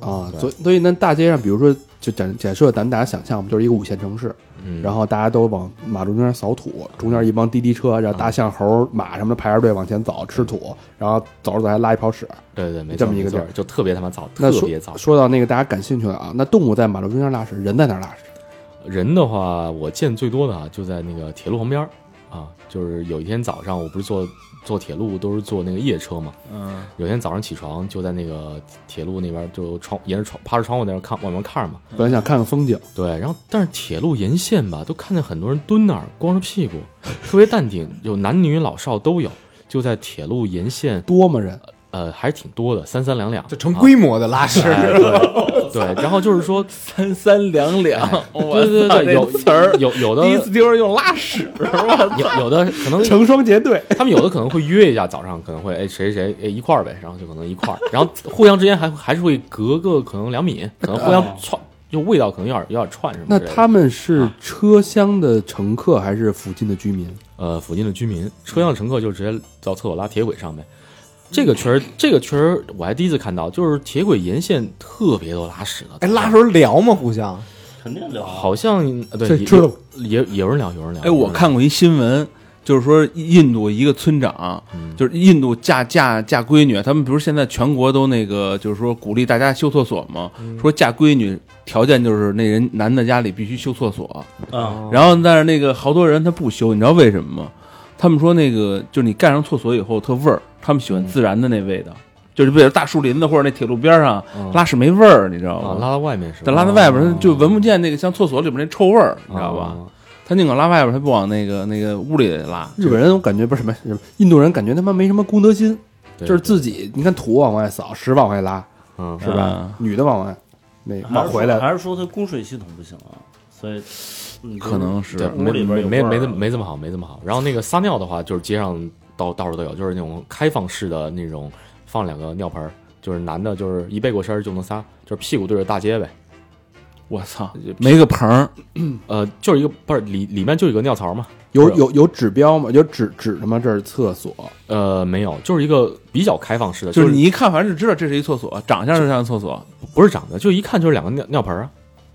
S1: 啊，
S5: 对
S1: 所以所以那大街上，比如说，就假假设咱们大家想象，我们就是一个五线城市，
S5: 嗯，
S1: 然
S5: 后
S1: 后大家都往马路中间扫土，中间一帮滴滴车，然
S5: 啊
S1: 后大象、猴、马什么的排着队往前走，吃土，然后走着走还拉一泡屎。
S5: 对对，没
S1: 这
S5: 错
S1: 么一个
S5: 没错
S1: 地儿
S5: 就特别他妈燥，
S1: 那
S5: 特
S1: 说
S5: 别燥。
S1: 说到那个大家感兴趣的啊，那动物在马路中间拉屎，人在哪儿拉屎？
S5: 人的话，我见最多的啊，就在那个铁路旁边儿啊，就是有一天早上，我不是坐坐铁路都是坐那个夜车嘛，
S2: 嗯，
S5: 有一天早上起床就在那个铁路那边就窗沿着窗趴着窗户那儿看往外面看嘛，
S1: 本来想看看风景，
S5: 对，然后但是铁路沿线吧，都看见很多人蹲那儿光着屁股，特别淡定，有男女老少都有，就在铁路沿线，
S1: 多么人
S5: 呃，还是挺多的，三三两两，
S3: 就成规模的拉屎，
S5: 哎对对，然后就是 说，
S2: 三三两两，
S5: 对对对，有词儿，有有的
S2: 第一次听说用拉 屎，
S5: 有有的可能
S1: 成双结对，
S5: 他们有的可能会约一下，早上可能会哎谁谁哎一块儿呗，然后就可能一块儿，然后互相之间还还是会隔个可能两米，可能互相串，就味道可能有点有点串什么之
S1: 那
S5: 类的。
S1: 他们是
S5: 啊
S1: 车厢的乘客还是附近的居民？
S5: 呃附近的居民，车辆乘客就直接到厕所拉铁轨上呗。这个确实，这个确实我还第一次看到，就是铁轨沿线特别多拉屎的，
S3: 哎，拉时候聊吗？互相
S4: 嗯肯定聊。
S5: 好像呃对
S1: 这
S5: 也
S1: 知道
S5: 也也有人聊，有人聊。
S2: 哎，我看过一新闻，就是说印度一个村长，
S3: 嗯
S2: 就是印度嫁嫁嫁闺女，他们不是现在全国都那个，就是说鼓励大家修厕所吗？
S3: 嗯
S2: 说嫁闺女条件就是那人男的家里必须修厕所，
S4: 嗯，
S2: 然后但是那个好多人他不修，你知道为什么吗？他们说那个就是你盖上厕所以后特味儿，他们喜欢自然的那味道，就是比如大树林子或者那铁路边上
S5: 嗯
S2: 拉屎没味儿，你知道
S5: 啊，
S2: 吗？
S5: 拉到外面是吧？哦
S2: 但拉在外边儿，他就闻不见那个像厕所里边那臭味儿，你知道吧？
S5: 啊？
S2: 他宁可拉外边儿，他不往那个那个屋里拉。
S1: 日本人我感觉不是什么，印度人感觉他妈没什么公德心，
S5: 对
S1: 就是自己你看土往外扫，屎往外拉，
S5: 嗯
S1: 是吧？女的往外那个往回来
S4: 还是说它供水系统不行啊？所以嗯
S2: 可能是
S4: 就是
S5: 没
S4: 屋里边有
S5: 没
S4: 味儿啊
S5: 没这么没这么好，没这么好。然后那个撒尿的话，就是街上到到处都有，就是那种开放式的那种，放两个尿盆儿，就是男的，就是一背过身儿就能撒，就是屁股对着大街呗。
S2: 我操，没个棚儿，
S5: 呃，就是一个不是里里面就有一个尿槽嘛。
S1: 有
S5: 是
S1: 有有指标吗？有指指什么？这是厕所，
S5: 呃，没有，就是一个比较开放式的，
S2: 就是是你一看，反正就知道这是一厕所，长相就像厕所。
S5: 不是长得，就一看就是两个尿尿盆儿啊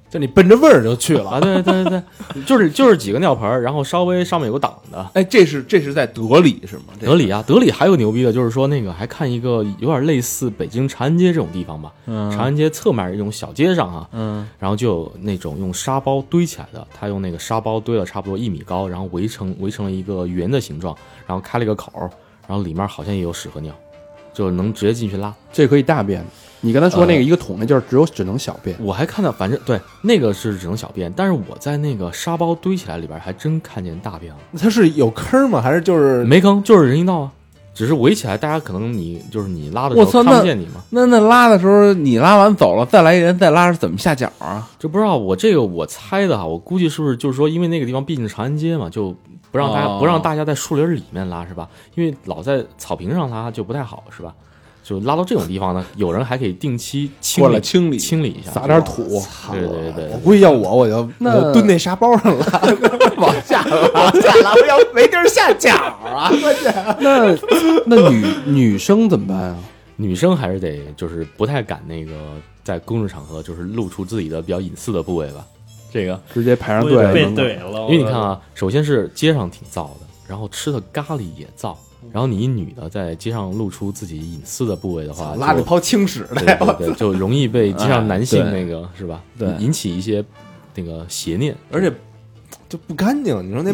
S3: 就你奔着味儿就去了。
S5: 啊，对对对对，就是就是几个尿盆儿，然后稍微上面有个挡的。
S2: 哎，这是这是在德里是吗？这
S5: 德，里啊，德里还有牛逼的，就是说那个还看一个有点类似北京长安街这种地方吧，长
S2: 嗯
S5: 安街侧面一种小街上啊，
S2: 嗯，
S5: 然后就有那种用沙包堆起来的，他用那个沙包堆了差不多一米高，然后围成围成了一个圆的形状，然后开了一个口儿，然后里面好像也有屎和尿，就能直接进去拉。
S1: 这可以大便。你刚才说
S5: 呃
S1: 那个一个桶，那就是只有只能小便。
S5: 我还看到，反正对那个是只能小便，但是我在那个沙包堆起来里边还真看见大便了，
S3: 它是有坑吗？还是
S2: 呃
S3: 就是
S5: 没坑就是人行道啊，只是围起来，大家可能你就是你拉的时
S2: 我
S5: 候
S2: 操
S5: 看
S2: 那
S5: 不见你嘛，
S2: 那那拉的时候，你拉完走了，再来一人再拉是怎么下脚啊？
S5: 这不知道我这个我猜的哈，我估计是不是就是说，因为那个地方毕竟是长安街嘛，就不让大家、
S2: 哦
S5: 不让大家在树林里面拉是吧？因为老在草坪上拉就不太好是吧？就拉到这种地方呢，有人还可以定期清
S2: 过
S5: 理
S2: 来清理
S5: 清理一下，
S1: 撒点土，
S5: 对对对
S3: 我
S5: 对，
S3: 估计要我，我就
S1: 那
S3: 我就蹲那沙包上拉，往下往下拉，我要没地儿下脚啊！
S1: 那那女女生怎么办啊？
S5: 女生还是得就是不太敢那个在公众场合就是露出自己的比较隐私的部位吧，这个
S1: 直接排上
S4: 啊我
S1: 队
S4: 也被
S1: 能
S4: 怼了，
S2: 哦
S5: 因为你看啊，首先是街上挺燥的，然后吃的咖喱也燥，然后你一女的在街上露出自己隐私的部位的话，
S3: 拉
S5: 啊就
S3: 着泡青屎的，
S5: 对 对对，就容易被街上男性
S2: 哎对
S5: 那个是吧？
S2: 对
S5: 引起一些那个邪念。
S3: 而且就不干净。你说那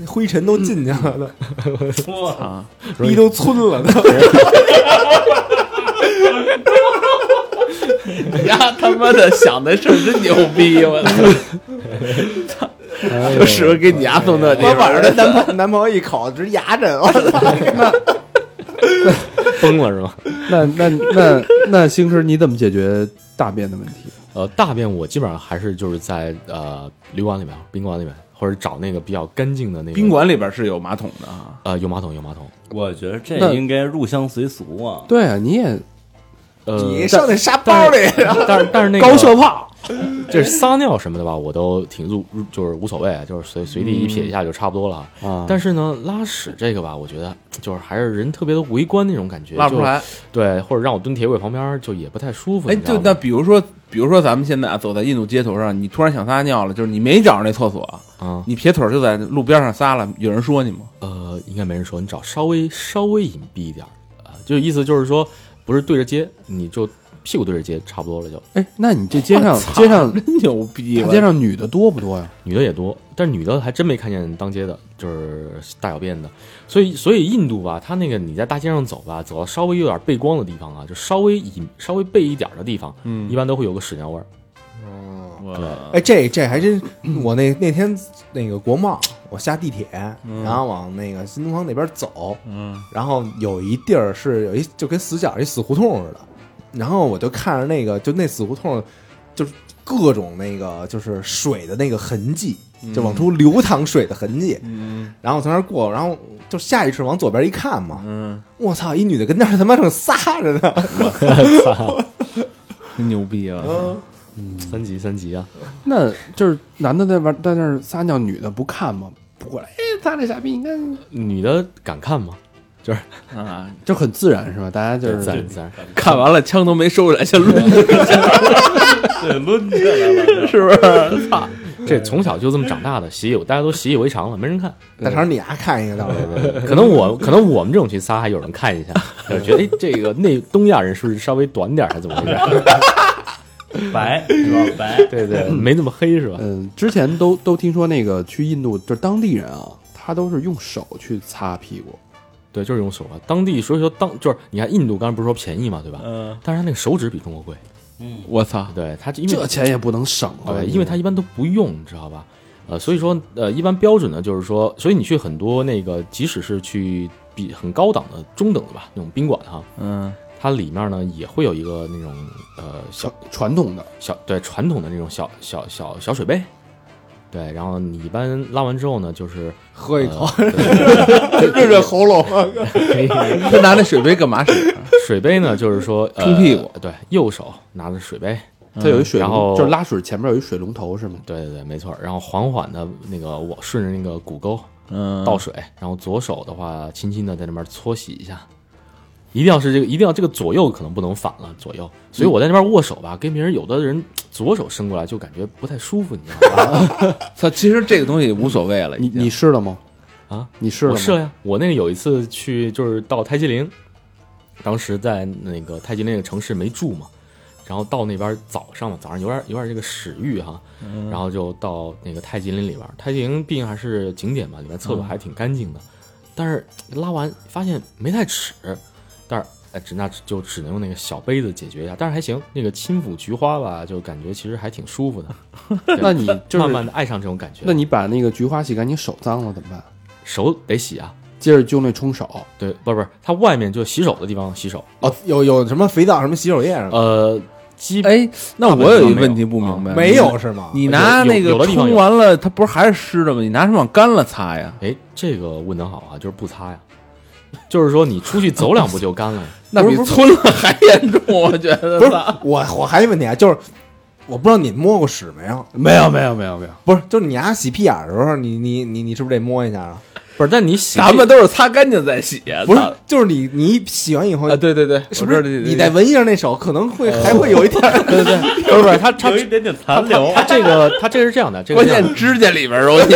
S3: 那灰尘都进去了，都
S4: 我，哇
S3: 逼都皴了，都
S2: 呀，他妈的想的事儿真牛逼！我操， 操，有屎给你丫送到
S3: 我晚上那男朋男朋友一口直牙碜，我操！
S5: 崩了是吗？
S1: 那那那那星驰你怎么解决大便的问题？啊
S5: 呃，大便我基本上还是就是在呃旅馆里面、宾馆里面或者找那个比较干净的那个
S2: 宾馆里边是有马桶的啊，
S5: 啊、有马桶有马桶，
S4: 我觉得
S1: 那
S4: 这应该入乡随俗啊。
S1: 对啊，你也
S5: 呃，
S3: 你
S5: 但
S3: 上那沙包里，
S2: 啊
S5: 但 是但是那个
S1: 高射炮，
S5: 这撒尿什么的吧，我都挺入入就是无所谓，就是随随地一撇一下就差不多了。
S2: 嗯
S1: 啊
S5: 但是呢，拉屎这个吧，我觉得就是还是人特别的围观那种感觉，
S2: 拉不出
S5: 就
S2: 来。
S5: 对，或者让我蹲铁轨旁边就也不太舒服。
S2: 哎，
S5: 你知道
S2: 对
S5: 吗，
S2: 那比如说，比如说咱们现在啊，走在印度街头上，你突然想撒尿了，就是你没找着那厕所，
S5: 啊、
S2: 你撇腿就在路边上撒了，有人说你吗？
S5: 呃，应该没人说，你找稍微稍微隐蔽一点儿啊、就是意思就是说，不是对着街，你就屁股对着街，差不多了就。
S1: 哎，那你这街上街上
S2: 真牛逼
S1: 大街上女的多不多呀？
S5: 女的也多，但是女的还真没看见当街的，就是大小便的。所以， 所以印度吧，它那个你在大街上走吧，走到稍微有点背光的地方啊，就稍微隐、稍微背一点的地方，
S2: 嗯
S5: 一般都会有个屎尿味
S2: 啊
S5: 儿。
S3: 哎，这这还真，我那那天那个国贸，我下地铁，然后往那个新东方那边走，
S2: 嗯，
S3: 然后有一地儿是有一就跟死角一死胡同似的，然后我就看着那个就那死胡同，就是各种那个就是水的那个痕迹，就往出流淌水的痕迹，
S2: 嗯
S3: 然后从那儿过，然后就下意识往左边一看嘛，
S2: 嗯，
S3: 我操，一女的跟那儿他 妈正撒着呢，
S2: 真牛逼啊！
S5: 三级，三级啊！
S1: 那就是男的在玩在那儿撒尿，女的不看吗？不过来，哎，他这傻逼，你看
S5: 女的敢看吗？
S2: 啊，
S1: 就很自然是吧？大家就是
S5: 自然自然。
S2: 看完了枪都没收着，先抡
S4: 对，抡起来了，
S2: 是不是？
S5: 这从小就这么长大的，习以为大家都习以为常了，没人看。
S3: 大肠你丫看一个到时候。
S5: 可能我可能我们这种去撒还有人看一 下，就是觉得哎，这个内东亚人是不是稍微短点儿还是怎么回事？
S4: 白是吧？白，
S5: 对对，没那么黑是吧？
S1: 嗯，之前都都听说那个去印度，就是当地人啊，他都是用手去擦屁股，
S5: 对，就是用手啊。当地所以说当就是你看印度刚才不是说便宜嘛，对吧？
S2: 嗯，
S5: 但是他那个手指比中国贵，
S4: 嗯
S2: 我操，
S5: 对他因为
S1: 这钱也不能省啊
S5: 对，因为他一般都不用，你知道吧？呃，所以说呃，一般标准呢就是说，所以你去很多那个，即使是去比很高档的中等的吧那种宾馆哈，
S2: 嗯
S5: 它里面呢也会有一个那种呃小
S1: 小传统的，
S5: 小对传统的那种小小小小水杯，对，然后你一般拉完之后呢，就是
S3: 喝一口，
S5: 呃对
S3: 润润喉咙。
S2: 他拿那水杯干嘛使？
S5: 水杯呢，就是说呃
S2: 冲屁股，
S5: 对，右手拿着水杯，
S1: 嗯它有一水
S5: 然
S1: 龙，
S5: 后
S1: 就是拉水前面有一水龙头是吗？
S5: 对对对，没错儿。然后缓缓的那个我顺着那个骨沟
S2: 嗯
S5: 倒水，然后左手的话轻轻的在那边搓洗一下，一定要是这个，一定要这个左右可能不能反了左右。所以我在那边握手吧，跟别人有的人左手伸过来就感觉不太舒服，你知道吗？
S2: 操，其实这个东西无所谓了，
S1: 你
S2: 已经
S1: 你试了吗？
S5: 啊，
S1: 你试了
S5: 我
S1: 吗？
S5: 试了呀，我那个有一次去就是到泰姬陵，当时在那个泰姬陵那个城市没住嘛，然后到那边早上嘛，早上有点有点这个屎欲哈，
S1: 嗯
S5: 然后就到那个泰姬陵里边儿，泰姬陵毕竟还是景点嘛，里面厕所还挺干净的，但是拉完发现没带尺，但是。哎，只那就只能用那个小杯子解决一下，但是还行。那个亲抚菊花吧，就感觉其实还挺舒 服的，
S1: 那你就是
S5: 慢慢的爱上这种感觉。
S1: 那你把那个菊花洗干净，手脏了怎么办？
S5: 手得洗啊，
S1: 接着就那冲手，
S5: 对，不是不是，它外面就洗手的地方洗手，
S3: 哦，有有什么肥皂、什么洗手液什
S2: 哦
S3: 么
S5: 呃，基本
S2: 哎，那我有一个问题不明白，
S3: 的，没有是吗？
S2: 你拿那个
S5: 有有的地方
S2: 冲
S5: 有
S2: 完了，它不是还是湿的吗？你拿什么往干了擦呀？
S5: 哎，这个问得好啊，就是不擦呀， 就是说你出去走两步就干了呀。
S2: 那比村了还严重，我觉得。
S3: 不是我，我还有一问题啊，就是我不知道你摸过屎没有？啊
S1: 没有没有没有没有，
S3: 不是，就是你牙洗屁眼儿的时候，你你你你是不是得摸一下啊？
S5: 不是，但你洗
S2: 咱们都是擦干净再洗，啊
S1: 呃
S3: 不是
S2: 操，
S3: 就是你你洗完以后
S2: 啊，，对对对，
S3: 是
S2: 我
S3: 不
S2: 知道
S3: 是
S2: 这
S3: 你再闻一下那手，可能会还会有一点儿
S5: 对对，不是不是，它它
S4: 有一点点残留。
S5: 它这个它这个是这样的，这个
S2: 关
S5: 是这样
S2: 键
S5: 的
S2: 指甲里边揉去，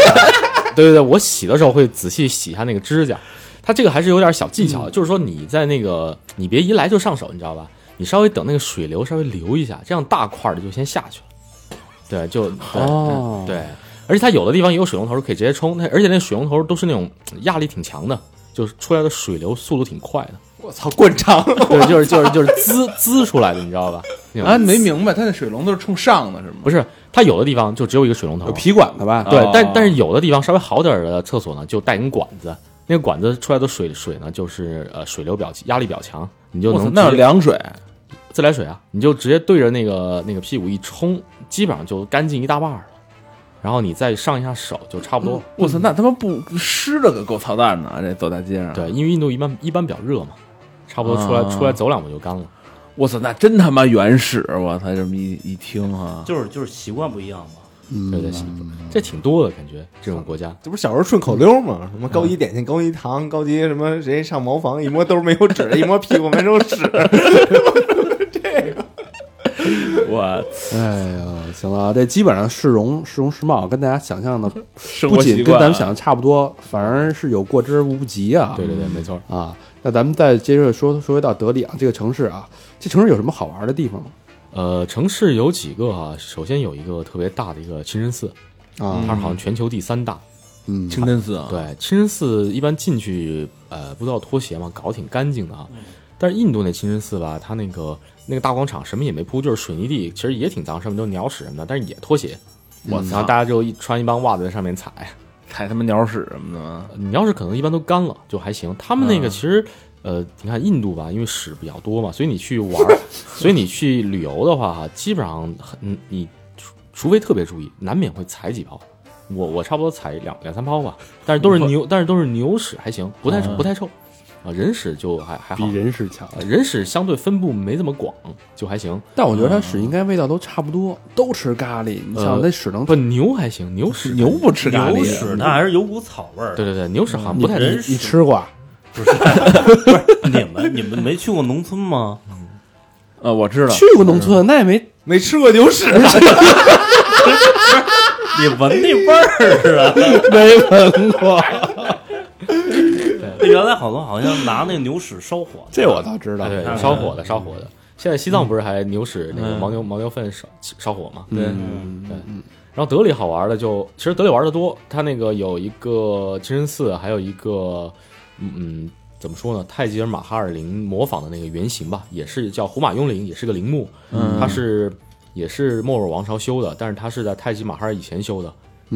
S5: 对对对，我洗的时候会仔细洗一下那个指甲，它这个还是有点小技
S2: 嗯
S5: 巧，就是说你在那个你别一来就上手，你知道吧？你稍微等那个水流稍微流一下，这样大块儿的就先下去了。对，就对、
S1: 哦
S5: 对，而且它有的地方也有水龙头是可以直接冲，它而且那水龙头都是那种嗯压力挺强的，就是出来的水流速度挺快的，
S3: 我操灌肠，
S5: 对，就是就是就是滋滋出来的，你知道吧？那种
S2: 啊，没明白，它那水龙头是冲上的是吗？
S5: 不是，它有的地方就只有一个水龙头，
S1: 有皮 管的吧？
S5: 对
S2: 哦，
S5: 但但是有的地方稍微好点儿的厕所呢，就带根管子，那个管子出来的水水呢，就是呃水流比较压力比较强，你就
S2: 我操
S5: 能，
S2: 那
S5: 直
S2: 是
S5: 接
S2: 凉水，
S5: 自来水啊，你就直接对着那个那个屁股一冲，基本上就干净一大半儿了。然后你再上一下手就差不多。
S2: 我操，那他妈不湿的可够操蛋的啊！这走大街上，，
S5: 对，因为印度一般一般比较热嘛，差不多出来、
S2: 啊
S5: 出来走两步就干了。
S2: 我操，那真他妈原始！我操，这么一一听啊哈，
S4: 就是就是习惯不一样嘛。
S1: 嗯
S5: 对对，这挺多的感觉，这种国家。
S3: 这不是小时候顺口溜吗？什么高一点心、高一糖、高级什么谁上茅房，一摸兜没有纸，一摸屁股没有 屎。
S2: 我
S1: 哎呀，行了，这基本上市容市容市貌跟大家想象的
S2: 生
S1: 不
S2: 活
S1: 仅
S2: 习
S1: 跟
S5: 啊
S2: 惯
S1: 咱们想的差不多，反而是有过之而无不及啊。
S5: 对对对，没错。
S1: 啊，那咱们再接着说说回到德里啊这个城市啊，这城市有什么好玩的地方吗？
S5: 呃，城市有几个啊？首先有一个特别大的一个清真寺，
S1: 啊，
S5: 它是好像全球第三大。
S1: 嗯，
S2: 清真寺啊，
S5: 对，清真寺一般进去，呃，不都要脱鞋嘛，搞得挺干净的啊。但是印度那清真寺吧，它那个那个大广场什么也没铺，就是水泥地，其实也挺脏，上面都是鸟屎什么的，但是也脱鞋。
S2: 我
S5: 然
S2: 操
S5: 后，大家就一穿一帮袜子在上面踩，
S2: 踩他妈鸟屎什么的啊吗，
S5: 呃你要是可能一般都干了就还行。他们那
S2: 啊
S5: 个
S1: 嗯
S5: 其实，呃，你看印度吧，因为屎比较多嘛，所以你去玩 儿，所以你去旅游的话，基本上很嗯你除除非特别注意，难免会踩几泡。我我差不多踩两两三泡吧，但是都是
S1: 嗯
S5: 牛，但是都是牛屎还行，不太臭不太臭啊，人屎就还还好
S1: 比。嗯人是强。
S5: 呃人屎相对分布没这么广，就还行。
S1: 但我觉得它屎应该味道都差不多，都吃咖喱。你想
S5: 呃
S1: 那屎能
S5: 不牛还行，牛屎
S2: 牛不吃咖喱，
S4: 牛屎它还是有股草味儿。
S5: 嗯对，对对，牛屎好像不太
S4: 人
S1: 嗯你
S4: 屎
S1: 吃过啊？
S4: 你们你们没去过农村吗？
S2: 呃，我知道，
S1: 去过农村，那也 没
S3: 没吃过牛屎，
S4: 你闻那味儿啊！
S1: 没闻过。
S4: 原来好多好像拿那个牛屎烧火，
S1: 这我倒知道
S5: 啊，。对，
S4: 看
S5: 烧火的，烧火的。现在西藏不是还牛屎那个牦牛牦牛粪烧烧火吗？
S2: 对，
S5: 对。然后德里好玩的就，其实德里玩的多，它那个有一个清真寺，还有一个，嗯嗯，怎么说呢？泰吉尔马哈尔陵模仿的那个原型吧，也是叫胡马雍陵，也是个陵墓，它是也是莫尔王朝修的，但是它是在泰姬马哈尔以前修的。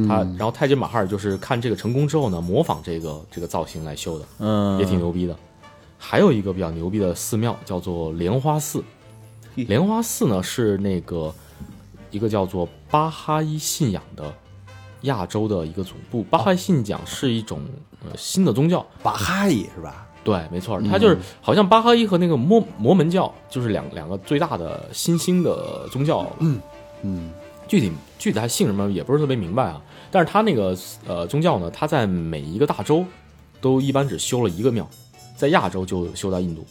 S5: 它，然后泰姬马哈尔就是看这个成功之后呢，模仿这个这个造型来修的。
S2: 嗯，
S5: 也挺牛逼的。还有一个比较牛逼的寺庙叫做莲花寺，
S2: 嘿
S5: 莲花寺呢是那个一个叫做巴哈伊信仰的亚洲的一个总部。巴哈伊信仰是一种、呃、新的宗教，
S3: 巴 哈伊是吧？
S5: 对，没错，它就是、好像巴哈伊和那个摩摩门教就是两两个最大的新兴的宗教。嗯嗯，具体具体它姓什么也不是特别明白啊。但是它那个呃宗教呢，它在每一个大洲都一般只修了一个庙，在亚洲就修到印度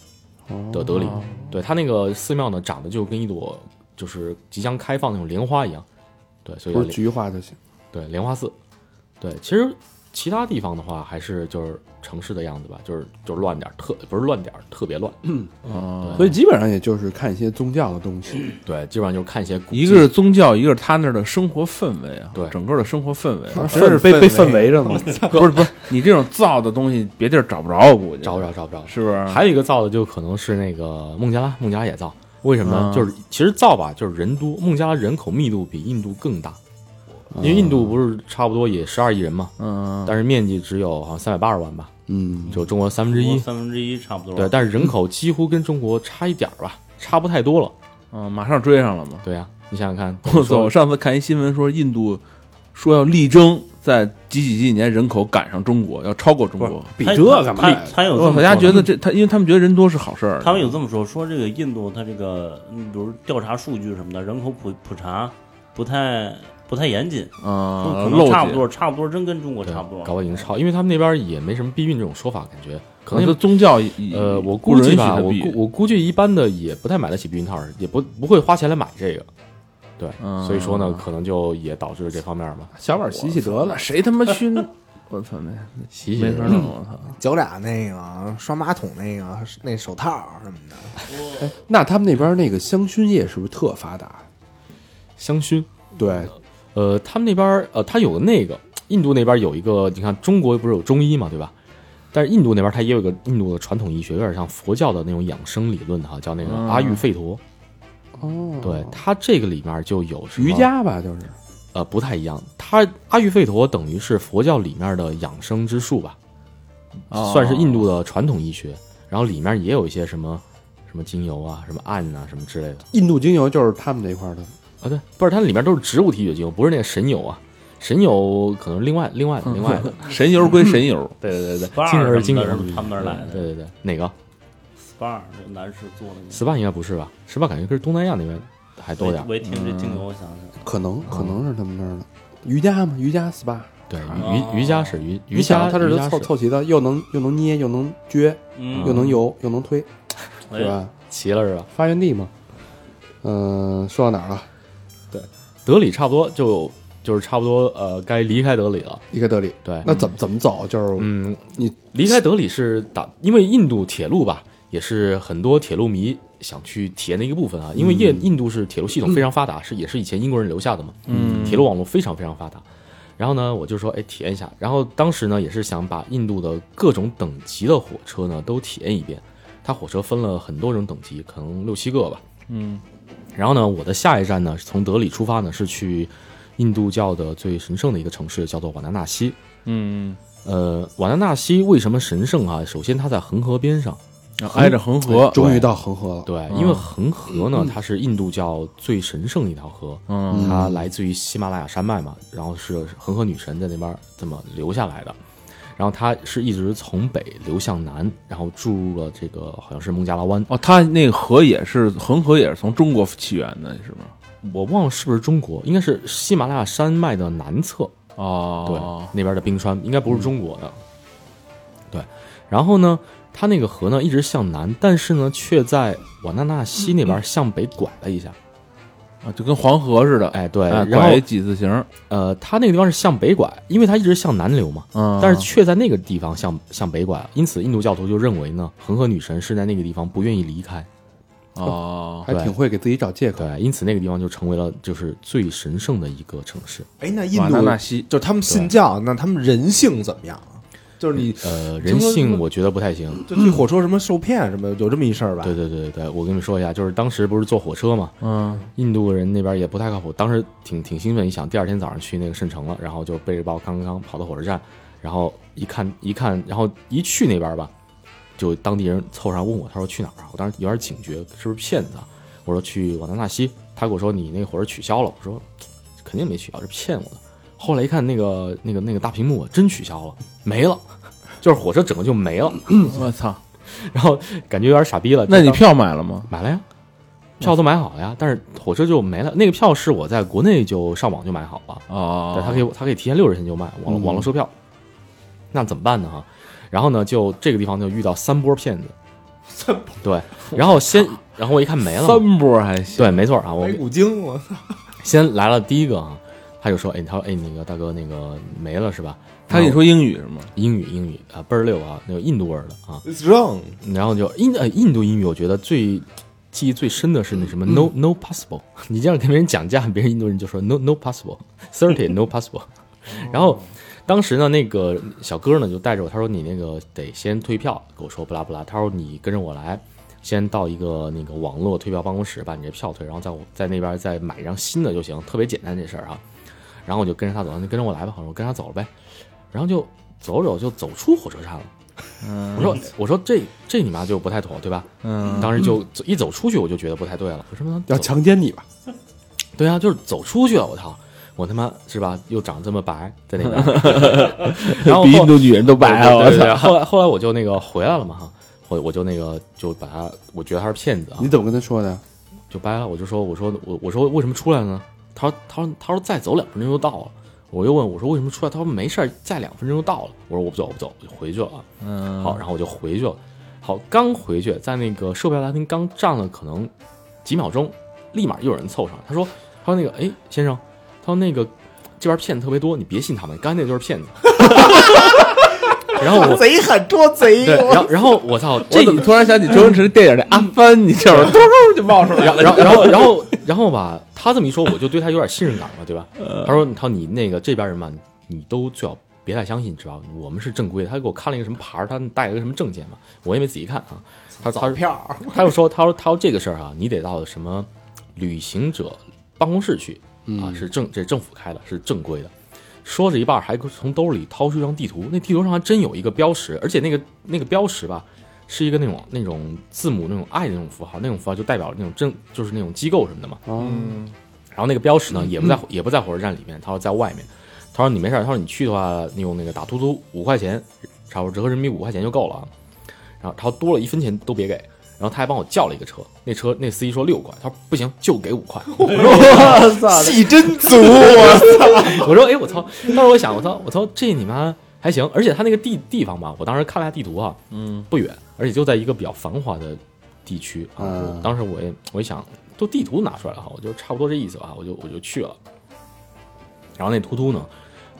S5: 的德里。
S2: 哦
S5: 对，它那个寺庙呢，长得就跟一朵就是即将开放那种莲花一样。对，所以叫
S1: 不是
S5: 莲
S1: 菊花就行。
S5: 对，莲花寺。对，其实其他地方的话，还是就是城市的样子吧，就是就是乱点儿，特不是乱点儿，特别乱。
S2: 嗯。
S1: 所以基本上也就是看一些宗教的东西。
S5: 对，基本上就是看一些古
S2: 一
S5: 迹
S2: 个是宗教，一个是他那儿的生活氛围啊，
S5: 对
S2: 整个的生活氛围，啊
S1: 真是被被氛围着呢。
S2: 不是不是，你这种造的东西，别地儿找不着，我估计
S5: 找不着，找不着。
S2: 是不是？
S5: 还有一个造的就可能是那个孟加拉，孟加拉也造。为什么呢？
S2: 嗯
S5: 就是其实造吧，就是人多，孟加拉人口密度比印度更大，因为印度不是差不多也十二亿人嘛，
S2: 嗯，
S5: 但是面积只有好像三百八十万吧，
S1: 嗯，
S5: 就中国三分之一。
S4: 三分之一差不多。
S5: 对，但是人口几乎跟中国差一点儿吧，差不太多了。
S2: 嗯，马上追上了嘛。
S5: 对呀、你想想看，
S2: 我操！我上次看一新闻说，印度说要力争在几几几年人口赶上中国，要超过中国。
S1: 比
S4: 他
S1: 这干嘛
S4: 他
S1: 呀？
S4: 他有这
S2: 我
S4: 么
S2: 操，
S4: 说
S2: 大家
S4: 的
S2: 觉得这他，因为他们觉得人多是好事儿。
S4: 他们有这么说，说这个印度它这个，嗯比如调查数据什么的，人口普普查不太不太严谨，就
S2: 啊
S4: 可，能
S2: 漏
S4: 差不多，差不多真跟中国
S5: 对
S4: 差不多。
S5: 搞不好已经超，因为他们那边也没什么避孕这种说法，感觉
S2: 可
S5: 可
S2: 能
S5: 能
S2: 是
S5: 也
S2: 宗教也，
S5: 呃，
S2: 不
S5: 我估
S2: 允
S5: 计
S2: 许
S5: 吧，
S2: 他
S5: 我
S2: 避
S5: 估我估计一般的也不太买得起避孕套，也不不会花钱来买这个，对，
S2: 嗯
S5: 所以说呢，可能就也导致了这方面吧，
S1: 小碗洗洗得了
S2: 那。谁他妈去？ 我操，没
S5: 洗洗
S2: 没法弄！我操，
S3: 脚俩那个刷马桶那个那手套什么的，
S1: 那他们那边那个香薰业是不是特发达？
S5: 香薰。
S1: 对，
S5: 呃，他们那边儿呃，他有个那个印度那边有一个，你看中国不是有中医嘛，对吧？但是印度那边它也有一个印度的传统医学，有点像佛教的那种养生理论哈，叫那
S2: 嗯
S5: 个阿育吠陀。
S1: 哦，
S5: 对，它这个里面就有什么
S1: 瑜伽吧，就是
S5: 呃，不太一样。它阿育吠陀等于是佛教里面的养生之术吧，
S2: 哦
S5: 算是印度的传统医学。然后里面也有一些什么什么精油啊、什么按啊、什么之类的
S1: 印度精油，就是他们那块儿的。
S5: 啊。对，不是，它里面都是植物提取精油，不是那个神油啊。神游可能另外另外的另外的，
S2: 神游归神 游，
S5: 对对对对，
S4: SPA
S5: 精油是
S4: 什
S5: 精
S4: 么
S5: 油
S4: 的，是他们那儿来的
S5: 对对对，哪个
S4: SPA 这男士做的那个，
S5: SPA 应该不是吧？SPA 感觉跟东南亚那边还多点儿
S4: 我一听这精油，我想想，
S1: 可能可能是他们那儿的瑜伽嘛，瑜伽 SPA。
S5: 对，
S4: 哦
S5: 瑜瑜伽是瑜
S1: 你
S5: 瑜
S1: 想
S5: 伽，
S1: 啊，它这
S5: 瑜
S1: 都
S5: 伽
S1: 凑
S5: 是
S1: 凑齐的，又能又能捏，又能撅，
S4: 嗯，
S1: 又能游，又能推，是
S4: 哎？
S1: 吧？
S5: 齐了是吧？
S1: 发源地嘛。嗯，说到哪儿了？
S5: 德里差不多就就是差不多呃该离开德里了，
S1: 一个德里。
S5: 对，
S1: 那怎么怎么走？就是
S5: 哎嗯，
S1: 你
S5: 离开德里是打，因为印度铁路吧，也是很多铁路迷想去体验的一个部分啊。因为印印度是铁路系统非常发达，是也是以前英国人留下的嘛，嗯，铁路网络非常非常发达。然后呢，我就说，哎，体验一下。然后当时呢，也是想把印度的各种等级的火车呢都体验一遍。它火车分了很多种等级，可能六七个吧。嗯。然后呢，我的下一站呢，是从德里出发呢，是去印度教的最神圣的一个城市，叫做瓦纳纳西。
S2: 嗯，
S5: 呃，瓦纳纳西为什么神圣啊？首先，它在恒河边上。
S2: 挨着恒河，
S1: 终于到恒河了。
S5: 对，因为恒河呢，它是印度教最神圣的一条河，
S2: 嗯
S5: 它来自于喜马拉雅山脉嘛，然后是恒河女神在那边这么流下来的，然后它是一直从北流向南，然后注入了这个好像是孟加拉湾，
S2: 哦，它那个河也是恒河，也是从中国起源的，是吗？
S5: 我忘了是不是中国，应该是喜马拉雅山脉的南侧，对
S2: 哦，，
S5: 那边的冰川应该不是中国的。对，然后呢，它那个河呢一直向南，但是呢却在瓦纳纳西那边向北拐了一下。
S2: 啊，就跟黄河似的，
S5: 哎，对，
S2: 哎，
S5: 然
S2: 拐
S5: 后
S2: 几字形，
S5: 呃，它那个地方是向北拐，因为它一直向南流嘛，
S2: 嗯，
S5: 但是却在那个地方向向北拐，因此印度教徒就认为呢，恒河女神是在那个地方不愿意离开。
S2: 哦，
S1: 还挺会给自己找借口。
S5: 对，因此那个地方就成为了就是最神圣的一个城市。
S3: 哎，那印
S2: 瓦
S3: 度
S2: 纳纳西
S3: 就是他们信教，那他们人性怎么样啊？就是你
S5: 呃，
S3: 什么
S5: 人性我觉得不太行。
S3: 就去火车什么受骗什么，有这么一事儿吧？
S5: 对对对对对，我跟你们说一下，就是当时不是坐火车嘛，
S2: 嗯，
S5: 印度人那边也不太靠谱，当时挺挺兴奋，一想第二天早上去那个圣城了，然后就背着包刚刚跑到火车站，然后一看一看，然后一去那边吧，就当地人凑上问我，他说去哪儿啊？我当时有点警觉，是不是骗子啊？我说去瓦纳纳西，他跟我说你那个火车取消了，我说肯定没取消，是骗我的。后来一看那个那个那个大屏幕啊真取消了，没了， 就是火车整个就没了，
S2: 我操，
S5: 然后感觉有点傻逼了。
S2: 那你
S5: 就当
S2: 票买了吗？
S5: 买了呀，票都买好了呀，但是火车就没了。那个票是我在国内就上网就买好了，
S2: 哦
S5: 对，，他可以他可以提前六日前就卖，网网络售票。那怎么办呢？哈，然后呢，就这个地方就遇到三波骗子，三波对，然后先，然后我一看没了嘛，
S2: 三波还行，
S5: 对，没错啊，我
S3: 白骨精，我操！
S5: 先来了第一个啊，他就说，哎，他说，哎，那个大哥，那个没了是吧？
S2: 他跟你说英语是吗？
S5: 英语英语啊，倍儿溜啊，那个印度味儿的啊，
S3: 让
S5: 然后就印呃印度英语，我觉得最记忆最深的是那什么 no no possible，你这样跟别人讲价，别人印度人就说 no no possible thirty no possible，然 后当时呢那个小哥呢就带着我，他说你那个得先退票，跟我说不拉不拉，他说你跟着我来。先到一个那个网络退票办公室把你这票退，然后在我在那边再买一张新的就行，特别简单这事儿啊。然后我就跟着他走，你跟着我来吧，我说跟着他走了呗。然后就走着走就走出火车站了。我说我说这这你妈就不太妥，对吧？
S2: 嗯，
S5: 当时就走一走出去我就觉得不太对了，为什么能
S1: 要
S5: 走
S1: 强奸你吧？
S5: 对啊，就是走出去了，我操！我他妈是吧？又长这么白，在那边，然后
S2: 比印
S5: 后
S2: 度女人都白啊！
S5: 对
S2: 我
S5: 对对
S2: 操，
S5: 后来后来我就那个回来了嘛哈，我我就那个就把他，我觉得他是骗子啊
S1: 你，怎么跟他说的呀？
S5: 就掰了。我就说我说我我说为什么出来呢？他说他说他说再走两分钟就到了。我又问我说为什么出来？他说没事儿，再两分钟就到了。我说我不走我不走，我就回去了啊。
S2: 嗯，
S5: 好，然后我就回去了。好，刚回去，在那个售票大厅刚站了可能几秒钟，立马又有人凑上来，他说：“他说那个，哎，先生，他说那个这边骗子特别多，你别信他们，刚才那就是骗子。”然后我，
S3: 贼喊捉贼
S5: 对，然后然后我操，这
S2: 这你突然想起周星驰电影那阿帆，你知道吗？突突就冒出来
S5: 然后然后然后然后然后吧，他这么一说，我就对他有点信任感了，对吧？他说：“他说你那个这边人嘛，你都最好别太相信，知道吧？我们是正规的。”他给我看了一个什么牌儿，他带了个什么证件嘛，我也没仔细看啊。他他是
S3: 票，
S5: 他又说，他说他说这个事儿啊，你得到什么旅行者办公室去啊，
S1: 嗯
S5: 是政这政府开的，是正规的。说着一半儿还从兜里掏出一张地图，那地图上还真有一个标识，而且那个那个标识吧，是一个那种那种字母那种爱的那种符号，那种符号就代表了那种政就是那种机构什么的嘛。
S1: 啊，
S5: 然后那个标识呢，也不在、也不在火车站里面，他说在外面。他说你没事儿，他说你去的话，你用那个打突突五块钱，差不多折合人民币五块钱就够了啊。然后他说多了一分钱都别给，然后他还帮我叫了一个车，那车那司机说六块，他说不行就给五 块，
S1: 哎我操，
S5: 戏真足，我操！我说，哎，我操！当时我想，我操，我操，这你妈还行，而且他那个地地方吧，我当时看了下地图啊，嗯，不远，而且就在一个比较繁华的地区啊。
S1: 嗯
S5: 当时我也我一想，都地图拿出来了哈，我就差不多这意思吧，我就我就去了。然后那突突呢，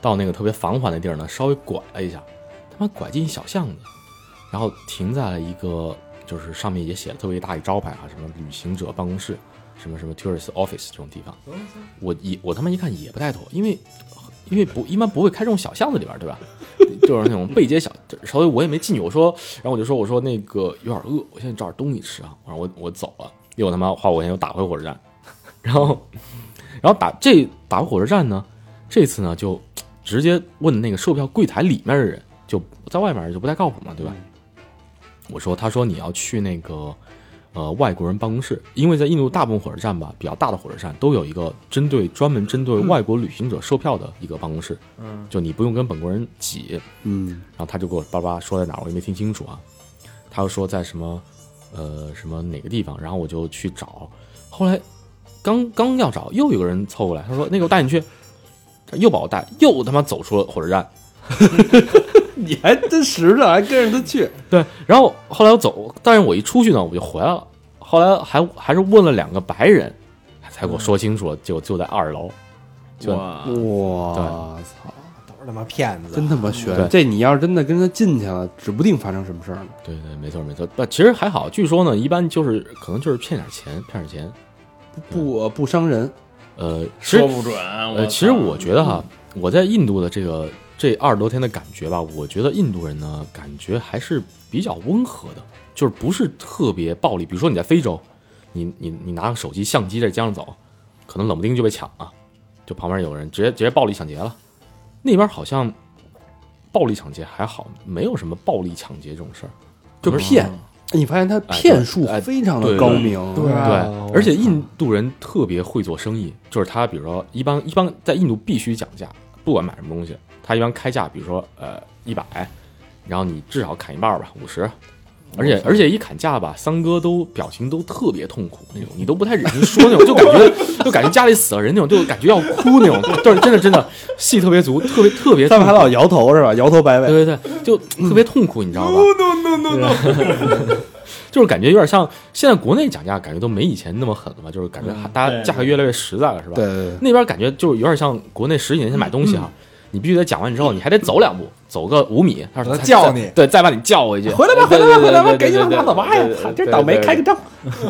S5: 到那个特别繁华的地儿呢，稍微拐了一下，他妈拐进一小巷子，然后停在了一个，就是上面也写了特别大一招牌啊，什么旅行者办公室，什么什么 tourist office 这种地方。我也我他妈一看也不太妥，因为因为不一般不会开这种小巷子里边儿，对吧？ 就是那种背街小，稍微我也没进去。我说，然后我就说，我说那个有点饿，我现在找点东西吃啊。然后我我走了，又他妈花五块钱又打回火车站， 然后然后打这打回火车站呢，这次呢就直接问那个售票柜台里面的人，就在外面就不太靠谱嘛，对吧？我说，他说你要去那个呃外国人办公室，因为在印度大部分火车站吧，比较大的火车站都有一个针对专门针对外国旅行者售票的一个办公室，嗯，就你不用跟本国人挤，
S1: 嗯，
S5: 然后他就给我叭叭说在哪儿，我也没听清楚啊。他又说在什么，呃，什么哪个地方，然后我就去找。后来刚刚要找，又有个人凑过来，他说：“那个我带你去。”又把我带，又他妈走出了火车站。
S1: 你还真实诚，还跟着他去，
S5: 对，然后后来我走，但是我一出去呢，我就回来了。后来还还是问了两个白人，才给我说清楚了，结果就在二楼。就
S2: 嗯哇，
S1: 我操，
S3: 都是他妈骗子，
S1: 真他妈悬！
S5: 啊对
S1: 这你要是真的跟他进去了，指不定发生什么事儿呢。
S5: 对对，没错没错。但其实还好，据说呢，一般就是可能就是骗点钱，骗点钱。嗯
S1: 不呃不伤人，
S5: 呃，其实
S2: 说不准。
S5: 呃，
S2: 我
S5: 其实我觉得哈，我在印度的这个这二十多天的感觉吧，我觉得印度人呢，感觉还是比较温和的，就是不是特别暴力。比如说你在非洲，你你你拿个手机相机在街上走，可能冷不丁就被抢了，就旁边有个人直接直接暴力抢劫了。那边好像暴力抢劫还好，没有什么暴力抢劫这种事儿。
S1: 就骗。你发现他
S5: 哎对
S1: 骗术
S5: 哎
S1: 非常的
S5: 对
S1: 高
S5: 对
S1: 明，
S3: 啊
S5: 对，而且印度人特别会做生意，就是他比如说一般一般在印度必须讲价，不管买什么东西，他一般开价，比如说呃一百，然后你至少砍一半儿吧，五十。而且而且一砍价吧，三哥都表情都特别痛苦那种，你都不太忍心说那种，就感觉就感觉家里死了人那种，就感觉要哭那种，就是真的真的戏特别足，特别特别痛
S1: 他
S5: 苦。
S1: 们还老摇头是吧？摇头摆尾，
S5: 对对对，就特别痛苦，你知道吧？No no no no no，就是感觉有点像现在国内讲价，感觉都没以前那么狠了吧？就是感觉还大家
S4: 对
S5: 价格越来越实在了，是吧？
S1: 对对对，
S5: 那边感觉就是有点像国内十几年前买东西哈，你必须得讲完之后，你还得走两步，走个五米，他说
S3: 他叫
S5: 再
S3: 你
S5: 呃对，再把你叫回去，
S1: 回来吧，回来吧，回来吧，
S5: 对
S1: 给你
S5: 对
S1: 们
S5: 对
S1: 妈走吧呀！
S5: 对对
S1: 操
S5: 对
S1: 今儿倒霉，
S5: 对
S1: 开个张，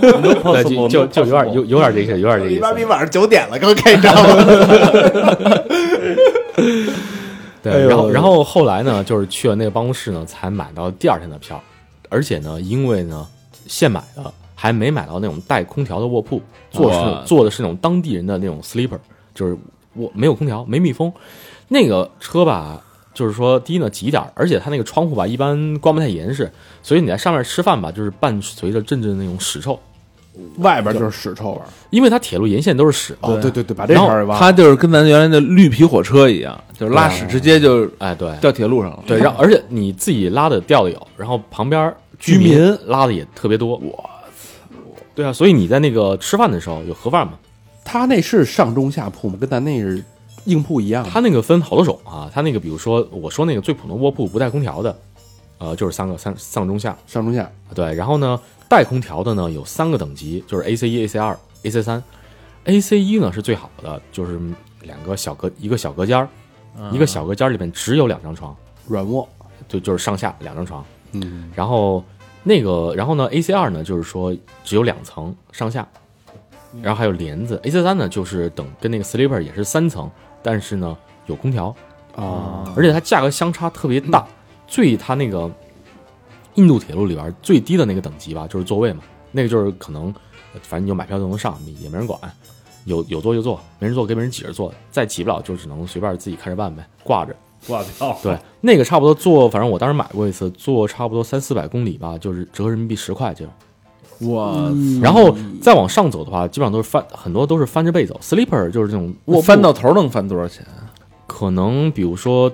S5: 对，就就就有点有有点这个意思，有点这个意
S3: 一般比
S5: 思。
S3: 晚上九点了，刚开 张，
S1: 哎
S5: 对，
S1: 呦
S5: 然后然后后来呢，就是去了那个办公室呢，才买到第二天的票，而且呢，因为呢现买的，还没买到那种带空调的卧铺，坐是
S2: 哇
S5: 坐的是那种当地人的那种 sleeper，就是我没有空调，没密封，那个车吧。就是说，第一呢挤点儿，而且它那个窗户吧一般关不太严实，所以你在上面吃饭吧，就是伴随着阵阵那种屎臭，
S1: 外边就是屎臭味儿。
S5: 因为它铁路沿线都是屎。
S1: 哦，对对对，把这
S2: 然
S1: 茬
S2: 后
S1: 儿忘了。
S2: 他就是跟咱原来的绿皮火车一样，就是拉屎直接就
S5: 哎，对，
S2: 掉铁路上了。
S5: 对，然后而且你自己拉的掉的有，然后旁边儿居
S1: 居
S5: 民
S1: 民
S5: 拉的也特别多。我操！对啊，所以你在那个吃饭的时候有盒饭嘛？
S1: 他那是上中下铺吗？跟咱那是硬铺一样吗。
S5: 它那个分好多种啊，它那个比如说我说那个最普通卧铺不带空调的，呃，就是三个三上中下。
S1: 上中下，
S5: 对，然后呢，带空调的呢有三个等级，就是 AC 一、AC 二、AC 三。AC 一呢是最好的，就是两个小隔一个小隔间儿，
S2: 嗯
S5: 一个小隔间儿里面只有两张床，
S1: 软卧，
S5: 就就是上下两张床。
S1: 嗯，
S5: 然后那个，然后呢，AC 二呢，就是说只有两层上下，然后还有帘子。AC 三呢，就是等跟那个 sleeper 也是三层，但是呢有空调，
S1: 啊，
S5: 而且它价格相差特别大。最它那个印度铁路里边最低的那个等级吧，就是座位嘛，那个就是可能呃反正你就买票就能上，也没人管，有有坐就坐，没人坐跟没人挤着坐，再挤不了就只能随便自己看着办呗，挂着。
S4: 挂票，
S5: 对，那个差不多坐，反正我当时买过一次，坐差不多三四百公里吧，就是折合人民币十块就。
S2: 哇，
S1: 嗯
S5: 然后再往上走的话，基本上都是翻，很多都是翻着背走。Sleeper 就是这种卧铺
S2: 翻到头能翻多少钱？
S5: 可能比如说，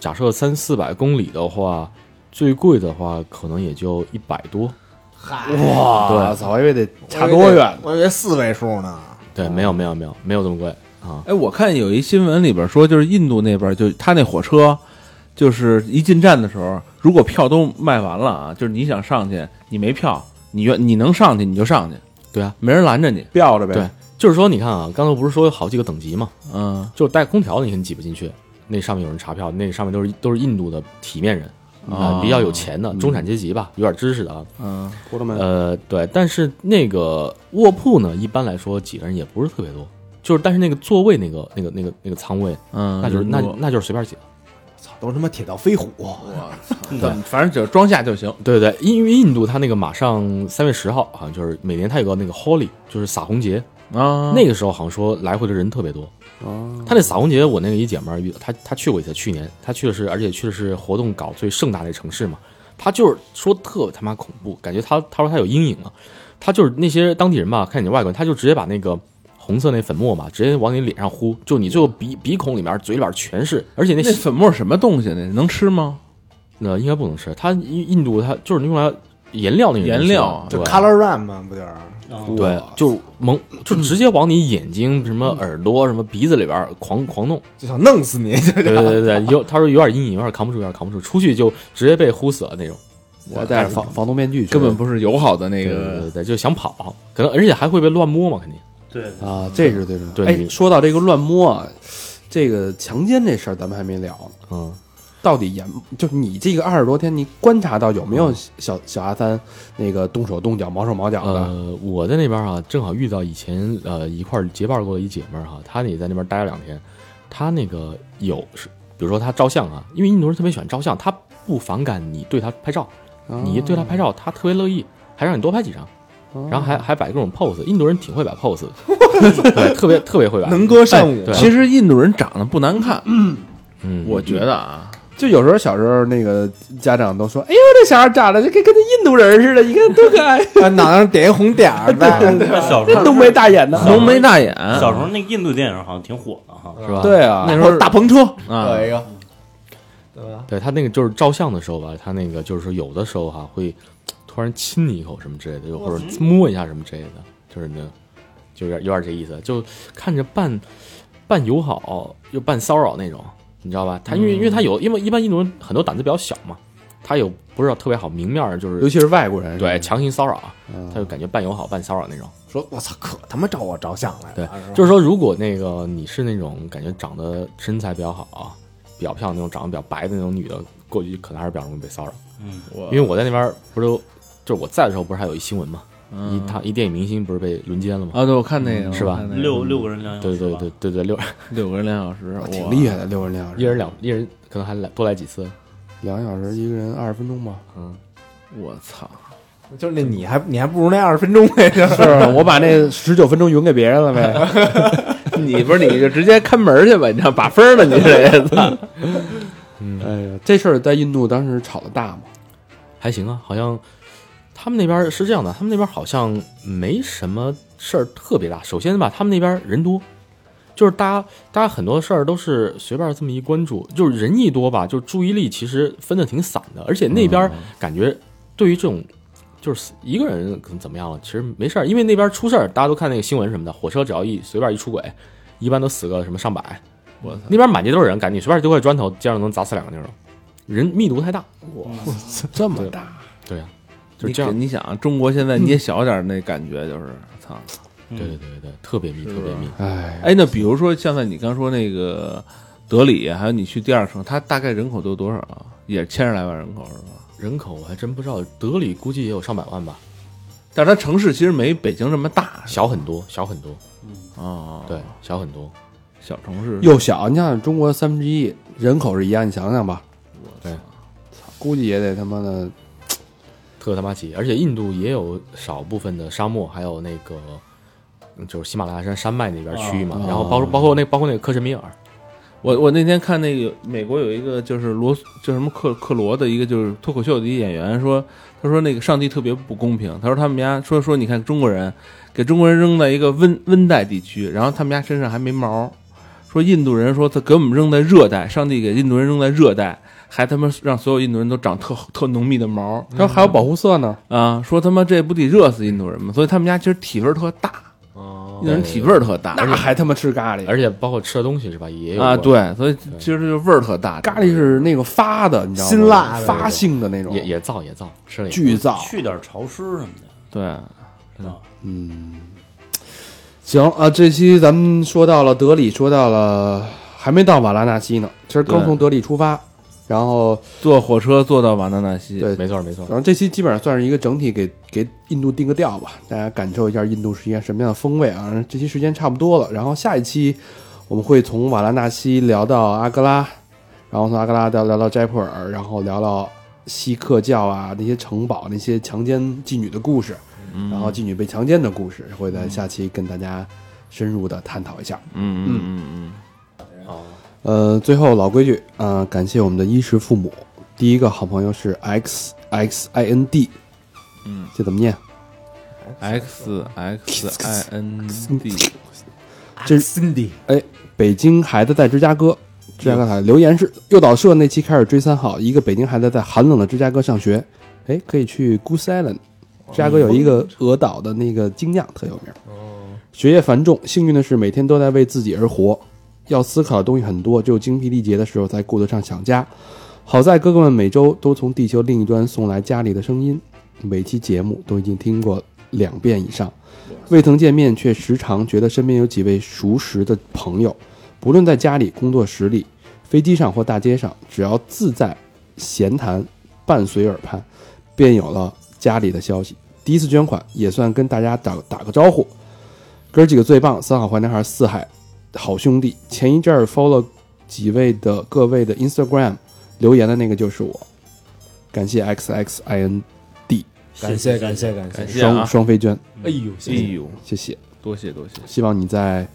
S5: 假设三四百公里的话，最贵的话可能也就一百多。
S1: 哇，
S5: 对
S1: 操，我以为得差多远？
S3: 我以为四位数呢。
S5: 对，没有没有没有没有这么贵啊。
S2: 哎，我看有一新闻里边说，就是印度那边就他那火车，就是一进站的时候，如果票都卖完了啊，就是你想上去，你没票，你愿你能上去你就上去，
S5: 对啊，
S2: 没人拦着你。
S1: 吊着呗。
S5: 对就是说你看啊，刚才不是说有好几个等级嘛，
S2: 嗯
S5: 就是带空调的你肯挤不进去，那上面有人查票，那上面都是都是印度的体面人啊、
S2: 哦
S5: 比较有钱的中产阶级吧，有点知识的啊。
S2: 嗯，
S1: 婆罗门
S5: 呃，对，但是那个卧铺呢，一般来说挤的人也不是特别多，就是但是那个座位那个那个那个那个仓位，
S2: 嗯，
S5: 那就是那
S2: 人多
S5: 那就是随便挤了。
S3: 操，都是他妈铁道飞虎，
S2: 怎么反正只要装下就行。
S5: 对对，因为印度它那个马上三月十号好像就是每年它有个那个 Holi，就是撒红节，
S2: 啊，
S5: 那个时候好像说来回的人特别多。
S1: 哦，
S5: 他那撒红节，我那个一姐们儿遇，她她去过一次，去年她去的是，而且去的是活动搞最盛大的城市嘛。她就是说特他妈恐怖，感觉她她说她有阴影了。她就是那些当地人吧，看你外国人，他就直接把那个红色那粉末嘛，直接往你脸上呼，就你最后鼻鼻孔里面、嘴里边全是，而且那
S2: 那粉末什么东西呢？能吃吗？
S5: 那应该不能吃。它印印度它就是用来颜料那个
S2: 颜
S5: 东西
S2: 料
S5: 嘛
S2: 啊
S5: 对
S3: 就 Color Run 嘛，不就是？
S4: 哦
S5: 对，就蒙就直接往你眼睛、什么耳朵、什么鼻子里边狂狂弄。
S3: 就想弄死你，就是
S5: 对对对对， 有他说有点阴影，有点扛不住，有点扛不住，出去就直接被呼死了那种，
S1: 我戴着防防毒面具去，
S2: 根本不是友好的那
S5: 对对
S2: 个
S5: 对对，就想跑，可能而且还会被乱摸嘛，肯定。
S4: 对，
S1: 啊，这是最重要。
S5: 对
S1: 哎，
S5: 你
S1: 说到这个乱摸，啊，这个强奸这事儿咱们还没聊呢，
S5: 嗯，
S1: 到底严就是你这个二十多天，你观察到有没有小小阿三那个动手动脚、毛手毛脚的？
S5: 呃，我在那边啊，正好遇到以前呃一块儿结伴过的一姐们儿哈，她也在那边待了两天，她那个有是，比如说她照相啊，因为印度人特别喜欢照相，她不反感你对她拍照，呃
S1: 啊
S5: 你对她拍照，她特别乐意，还让你多拍几张。然后还还摆各种 pose，印度人挺会摆 pose，的 对，特别特别会摆，
S3: 能歌善舞
S5: 对，
S2: 其实印度人长得不难看，
S5: 嗯，
S2: 我觉得啊，
S1: 就有时候小时候那个家长都说：“哎呦，这小孩长得就跟跟那印度人似的，你看多可爱，
S3: 啊脑袋上点一
S5: 嗯
S3: 红点 儿的，
S4: 那小时
S1: 真
S4: 候
S1: 浓眉大眼的。
S2: 浓眉大眼，
S5: 嗯
S4: 小时候那印度电影好像挺火的哈，
S5: 是吧？”
S1: 对啊，
S2: 那时候
S3: 大篷车，
S2: 啊
S3: 有一个，对吧？
S5: 对他那个就是照相的时候吧，他那个就是说有的时候哈、会突然亲你一口什么之类的，就或者摸一下什么之类的，就是那，就有点有点这意思，就看着半半友好又半骚扰那种，你知道吧？他因为、因为他有，因为一般印度人很多胆子比较小嘛，他有不知道特别好明面儿就 是
S1: 尤其是外国人，
S5: 对强行骚扰，
S1: 嗯
S5: 他就感觉半友好半骚扰那种。
S3: 说我操，可他妈找我照相来
S5: 对
S3: 了，
S5: 就是说，如果那个你是那种感觉长得身材比较好、啊、比较漂亮那种长得比较白的那种女的，过去可能还是比较容易被骚扰。
S4: 嗯，
S5: 因为我在那边儿不是都，就是我在的时候不是还有一新闻嘛，一他一电影明星不是被轮奸了吗？
S2: 嗯啊，对，我看那个
S5: 是吧
S2: 我看那个
S4: 六六个人两小
S5: 对
S4: 时
S5: 对
S4: 啊吧
S5: 对对对，六
S2: 六个人两小
S5: 啊
S2: 时，
S1: 挺
S2: 哇
S1: 厉害的，六人两小
S5: 一
S1: 时，
S5: 人两一人可能还来多来几次，
S1: 两个小时，一个人二十分钟吧。
S5: 嗯，
S2: 我操！
S3: 就是那你还你还不如那二十分钟那个，
S1: 是啊我把那十九分钟匀给别人了 呗。
S2: 你不是你就直接看门去吧，你这样把分儿呢？你这
S1: 哎呀，这事儿在印度当时吵得大 嘛，
S5: 还行啊，好像他们那边儿是这样的，他们那边儿好像没什么事儿特别大。首先吧，他们那边儿人多，就是大家大家很多事儿都是随便儿这么一关注，就是人一多吧，就注意力其实分的挺散的，而且那边儿感觉对于这种。就是一个人可能怎么样了，其实没事儿，因为那边儿出事儿，大家都看那个新闻什么的，火车只要一随便一出轨，一般都死个什么上百。
S2: 我操
S5: 那边儿满街都是人，感觉随便丢块砖头，街上能砸死两个那种，人密度太大。
S1: 这么大，
S5: 对呀、 就
S2: 你
S5: 这样嗯
S2: 你想，中国现在捏小点儿那感觉就是，操！
S4: 嗯
S5: 对对对对，特别密，特别密。
S1: 哎，
S2: 哎，那比如说像在你刚说那个德里，还有你去第二城，它大概人口都多少啊？也是千十来万人口是吧？
S5: 人口我还真不知道，德里估计也有上百万吧，
S2: 但是它城市其实没北京这么大
S5: 小很多，小很多，
S2: 啊，
S5: 对，，小很多。
S2: 小城市
S1: 又小，你想中国三分之一人口是一样，你想想吧，
S5: 对，
S1: 估计也得他妈的
S5: 特他妈挤，而且印度也有少部分的沙漠，还有那个嗯就是喜马拉雅山山脉那边区域嘛，然后包括包括那包括那个克什米尔，
S2: 我我那天看那个美国有一个就是罗叫什么克克罗的一个就是脱口秀的一演员说，他说那个上帝特别不公平，他说他们家说说你看中国人给中国人扔在一个温温带地区，然后他们家身上还没毛，说印度人说他给我们扔在热带，上帝给印度人扔在热带，还他妈让所有印度人都长特特浓密的毛
S1: 然后还有保护色呢，
S2: 啊！嗯说他妈这不得热死印度人吗？所以他们家其实体味儿特大，嗯印度人体味儿特大
S1: 那还他妈吃咖喱，
S5: 而且包括吃的东西是吧，也有
S2: 啊，
S5: 关
S2: 对，所以其实就味儿特大。
S1: 咖喱是那个发的，你知道吗？
S3: 辛辣的
S1: 发性的那种，
S5: 也也造也造，吃了也
S1: 巨燥。
S4: 去点潮湿什么的
S2: 对，
S4: 啊。
S1: 行啊，这期咱们说到了德里，说到了还没到瓦拉纳西呢，其实刚
S2: 对
S1: 从德里出发，然后
S2: 坐火车坐到瓦纳纳西，
S1: 对
S5: 没错没错
S1: 然，后这期基本上算是一个整体给给印度定个调吧，大家感受一下印度是一个什么样的风味啊。这期时间差不多了，然后下一期我们会从瓦拉纳西聊到阿格拉，然后从阿格拉聊聊到斋普尔，然后聊到锡克教啊那些城堡那些强奸妓女的故事，然后妓女被强奸的故事，会在下期跟大家深入的探讨一下。
S2: 嗯嗯嗯嗯，
S1: 呃，最后老规矩啊、呃感谢我们的衣食父母。第一个好朋友是 X X I N D，嗯，这怎么念？
S2: x x i n d，
S1: 这
S3: Cindy，
S1: 哎，北京孩子在芝加哥，芝加哥孩子留言是诱导社那期开始追三好，一个北京孩子在寒冷的芝加哥上学，哎，可以去 Goose Island，芝加哥有一个鹅岛的那个精酿特有名。学业繁重，幸运的是每天都在为自己而活，要思考的东西很多，只有精疲力竭的时候才顾得上想家。好在哥哥们每周都从地球另一端送来家里的声音，每期节目都已经听过两遍以上。未曾见面，却时常觉得身边有几位熟识的朋友，不论在家里、工作室里、飞机上或大街上，只要自在闲谈，伴随耳畔，便有了家里的消息。第一次捐款也算跟大家打打个招呼。哥儿几个最棒，三好坏男孩，四海好兄弟。前一阵儿 follow 几位的各位的 Instagram 留言的那个就是我，感谢 x x i n
S3: 感谢感谢感
S2: 感
S3: 谢，
S2: 谢啊
S1: 双，双飞捐，
S5: 哎呦，
S2: 哎呦，
S1: 谢谢。
S2: 多谢多谢，
S1: 希望你在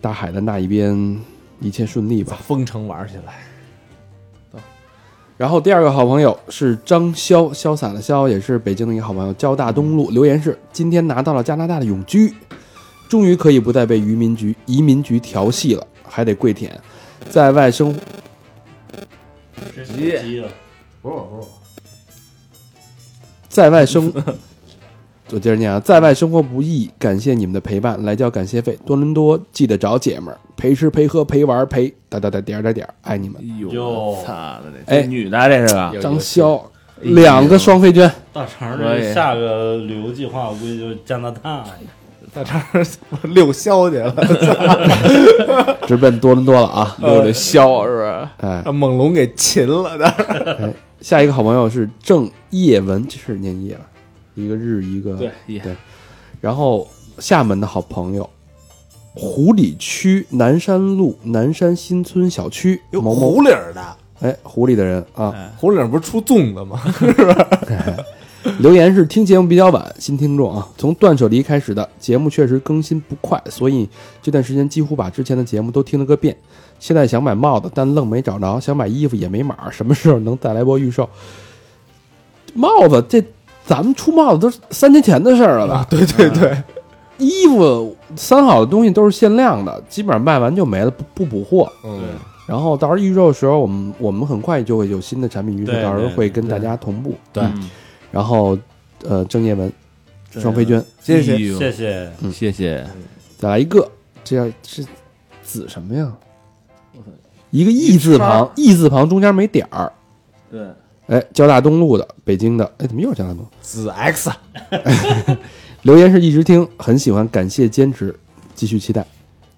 S1: 大海的那一边一切顺利
S3: 把
S1: 吧。
S3: 风城玩起来。
S1: 然后第二个好朋友是张潇，潇洒的潇，也是北京的一个好朋友，交大东路留言是：今天拿到了加拿大的永居，终于可以不再被移民局移民局调戏了，还得跪舔。在外 生活
S4: 这急了，
S3: 不是不是，
S1: 在外生，我接着念啊，在外生活不易，感谢你们的陪伴，来交感谢费。多伦多记得找姐们儿，陪吃陪喝陪玩儿陪哒哒哒点儿点儿点儿，爱你们。
S2: 哎呦，
S4: 哟
S2: 我操的这，
S1: 哎
S2: 这女的啊这是吧？
S1: 张潇，两个双飞娟。
S4: 大肠
S2: 可
S4: 这
S2: 以
S4: 下个旅游计划我估计就是加拿大，
S3: 大肠儿遛枭去了，
S1: 直奔多伦多了啊！
S2: 溜着削是吧？
S1: 哎，
S3: 让猛龙给擒了的。
S1: 下一个好朋友是郑叶文，这是念叶吧？一个日一个
S2: 对，也
S1: 然后厦门的好朋友，湖里区南山路南山新村小区
S3: 有
S1: 某某，
S3: 狐狸儿的，
S1: 哎，湖里的人啊，
S3: 狐狸儿不是出粽子吗？
S1: 留言是听节目比较晚，新听众啊，从断舍离开始的节目确实更新不快，所以这段时间几乎把之前的节目都听了个遍。现在想买帽子，但愣没找着；想买衣服也没码儿，什么时候能再来波预售？帽子这咱们出帽子都是三年前的事儿了吧？
S3: 对对 对，
S1: 衣服三好的东西都是限量的，基本上卖完就没了，不不补货。
S3: 嗯，
S1: 然后到时候预售的时候，我们我们很快就会有新的产品预售，
S4: 对
S1: 到时候
S4: 对
S1: 会跟大家同步。
S3: 对
S2: 嗯
S1: 然后，呃，郑叶文、
S4: 郑
S1: 双飞娟，
S3: 谢谢
S2: 哎呦
S4: 谢谢。
S2: 谢谢，
S1: 再来一个，这要是子什么呀？一个义字旁，义字旁中间没点儿。
S2: 对，
S1: 哎，交大东路的，北京的，哎，怎么又是交大东？
S3: 子 X
S1: 留言是一直听，很喜欢，感谢坚持，继续期待，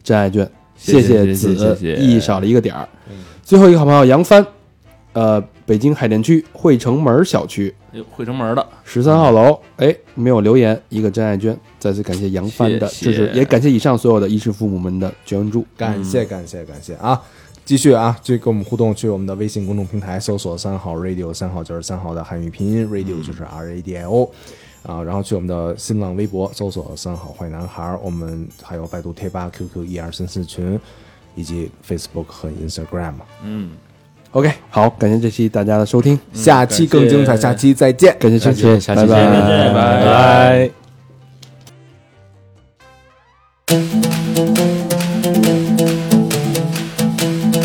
S1: 真爱卷，
S2: 谢谢
S1: 谢
S2: 谢谢
S1: 子，
S2: 谢谢嗯
S1: 意义少了一个点儿。最后一个好朋友杨帆，呃，北京海淀区汇城门小区
S2: 哎呦，汇成门的，
S1: 十三号楼，哎，没有留言，一个真爱娟，再次感谢杨帆的
S2: 谢谢
S1: 支持，也感谢以上所有的衣食父母们的捐助。
S3: 感
S1: 嗯
S3: 谢感谢感谢啊！继续啊，去跟我们互动，去我们的微信公众平台搜索“三好 radio”，三好就是三好的汉语拼音，radio
S1: 嗯
S3: 就是 R A D I O。啊，然后去我们的新浪微博搜索“三好坏男孩”，我们还有百度贴吧、QQ 一二三四群，以及 Facebook 和 Instagram。
S1: OK，好，感谢这期大家的收听，
S3: 下期更精彩，下期再见。
S1: 嗯感谢支持，
S5: 下期
S1: 拜
S5: 见
S1: 拜
S5: 再见
S2: 拜
S5: 拜拜。
S6: Thank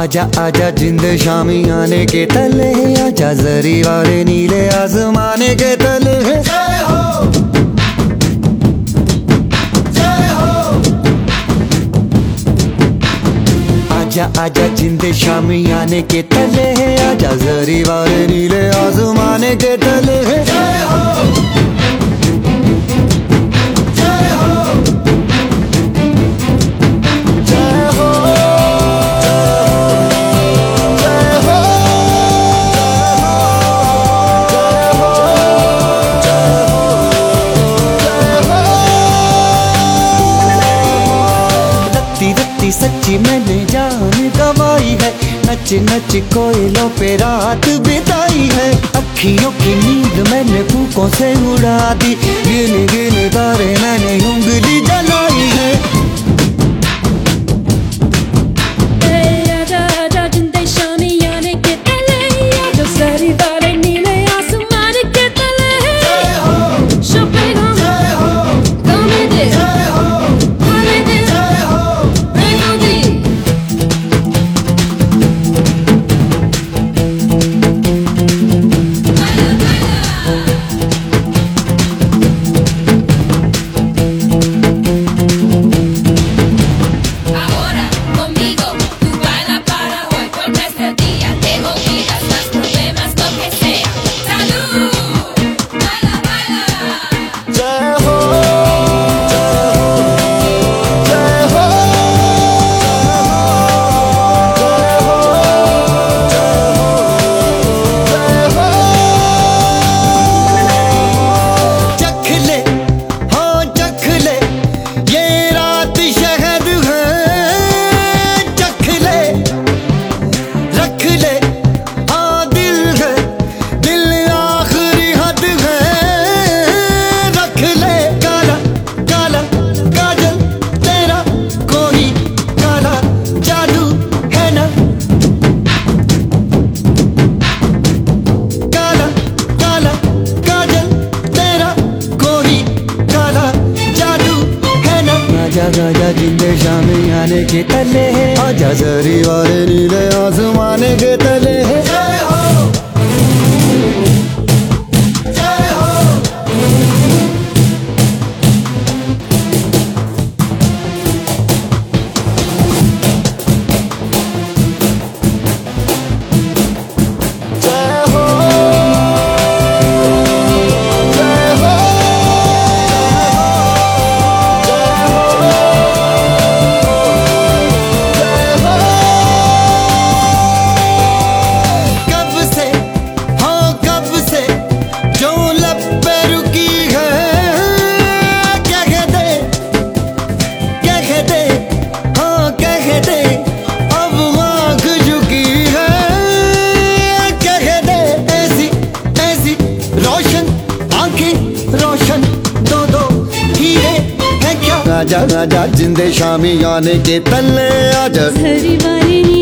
S3: आजा आजा जिंद शामी आने के तले आजा जरी वाले नीले आसमाने के तले जय हो जय हो आजा आजा जिंद शामी आने के तले है आजा जरी वाले नीले आजमाने के तले है जय हो जय हो जय हो जय हो रत्ती रत्ती सच्ची मैंने जान गवाई है नच नच कोयलों पे रात बिताई है अखियों की नींद मैंने फूकों से उड़ा दी गिन गिन तारे मैंने उंगली जलाई है
S7: Ahora conmigo tú baila para hoy porque este día te olvidas más problemas con que sea. Salud, baila, baila.
S3: जय हो जय हो जय हो जय हो चखले हो चखले ये रात शहद है चखले रख ले हाँ दिल है दिल आखिरी हद है रख ले काला काला काजल तेरा कोई काला जादू है ना काला काला काजल तेरा कोई काला जादू है ना आजा गाजा जिंदे शामी आने के तले है आजा जरी वाले नीले आसमाने के तले है जय हो जय हो कब से हाँ कब से जो लब पे रुकी है क्या कहते क्या कहते हाँ क्या कहते अब आंख झुकी है क्या कहते ऐसी ऐसी रोशन आंखें रोशन दो दो हीरे हैं क्या राजा राजा जिंदे शामी आने के तले आजा
S7: हरी बारी नी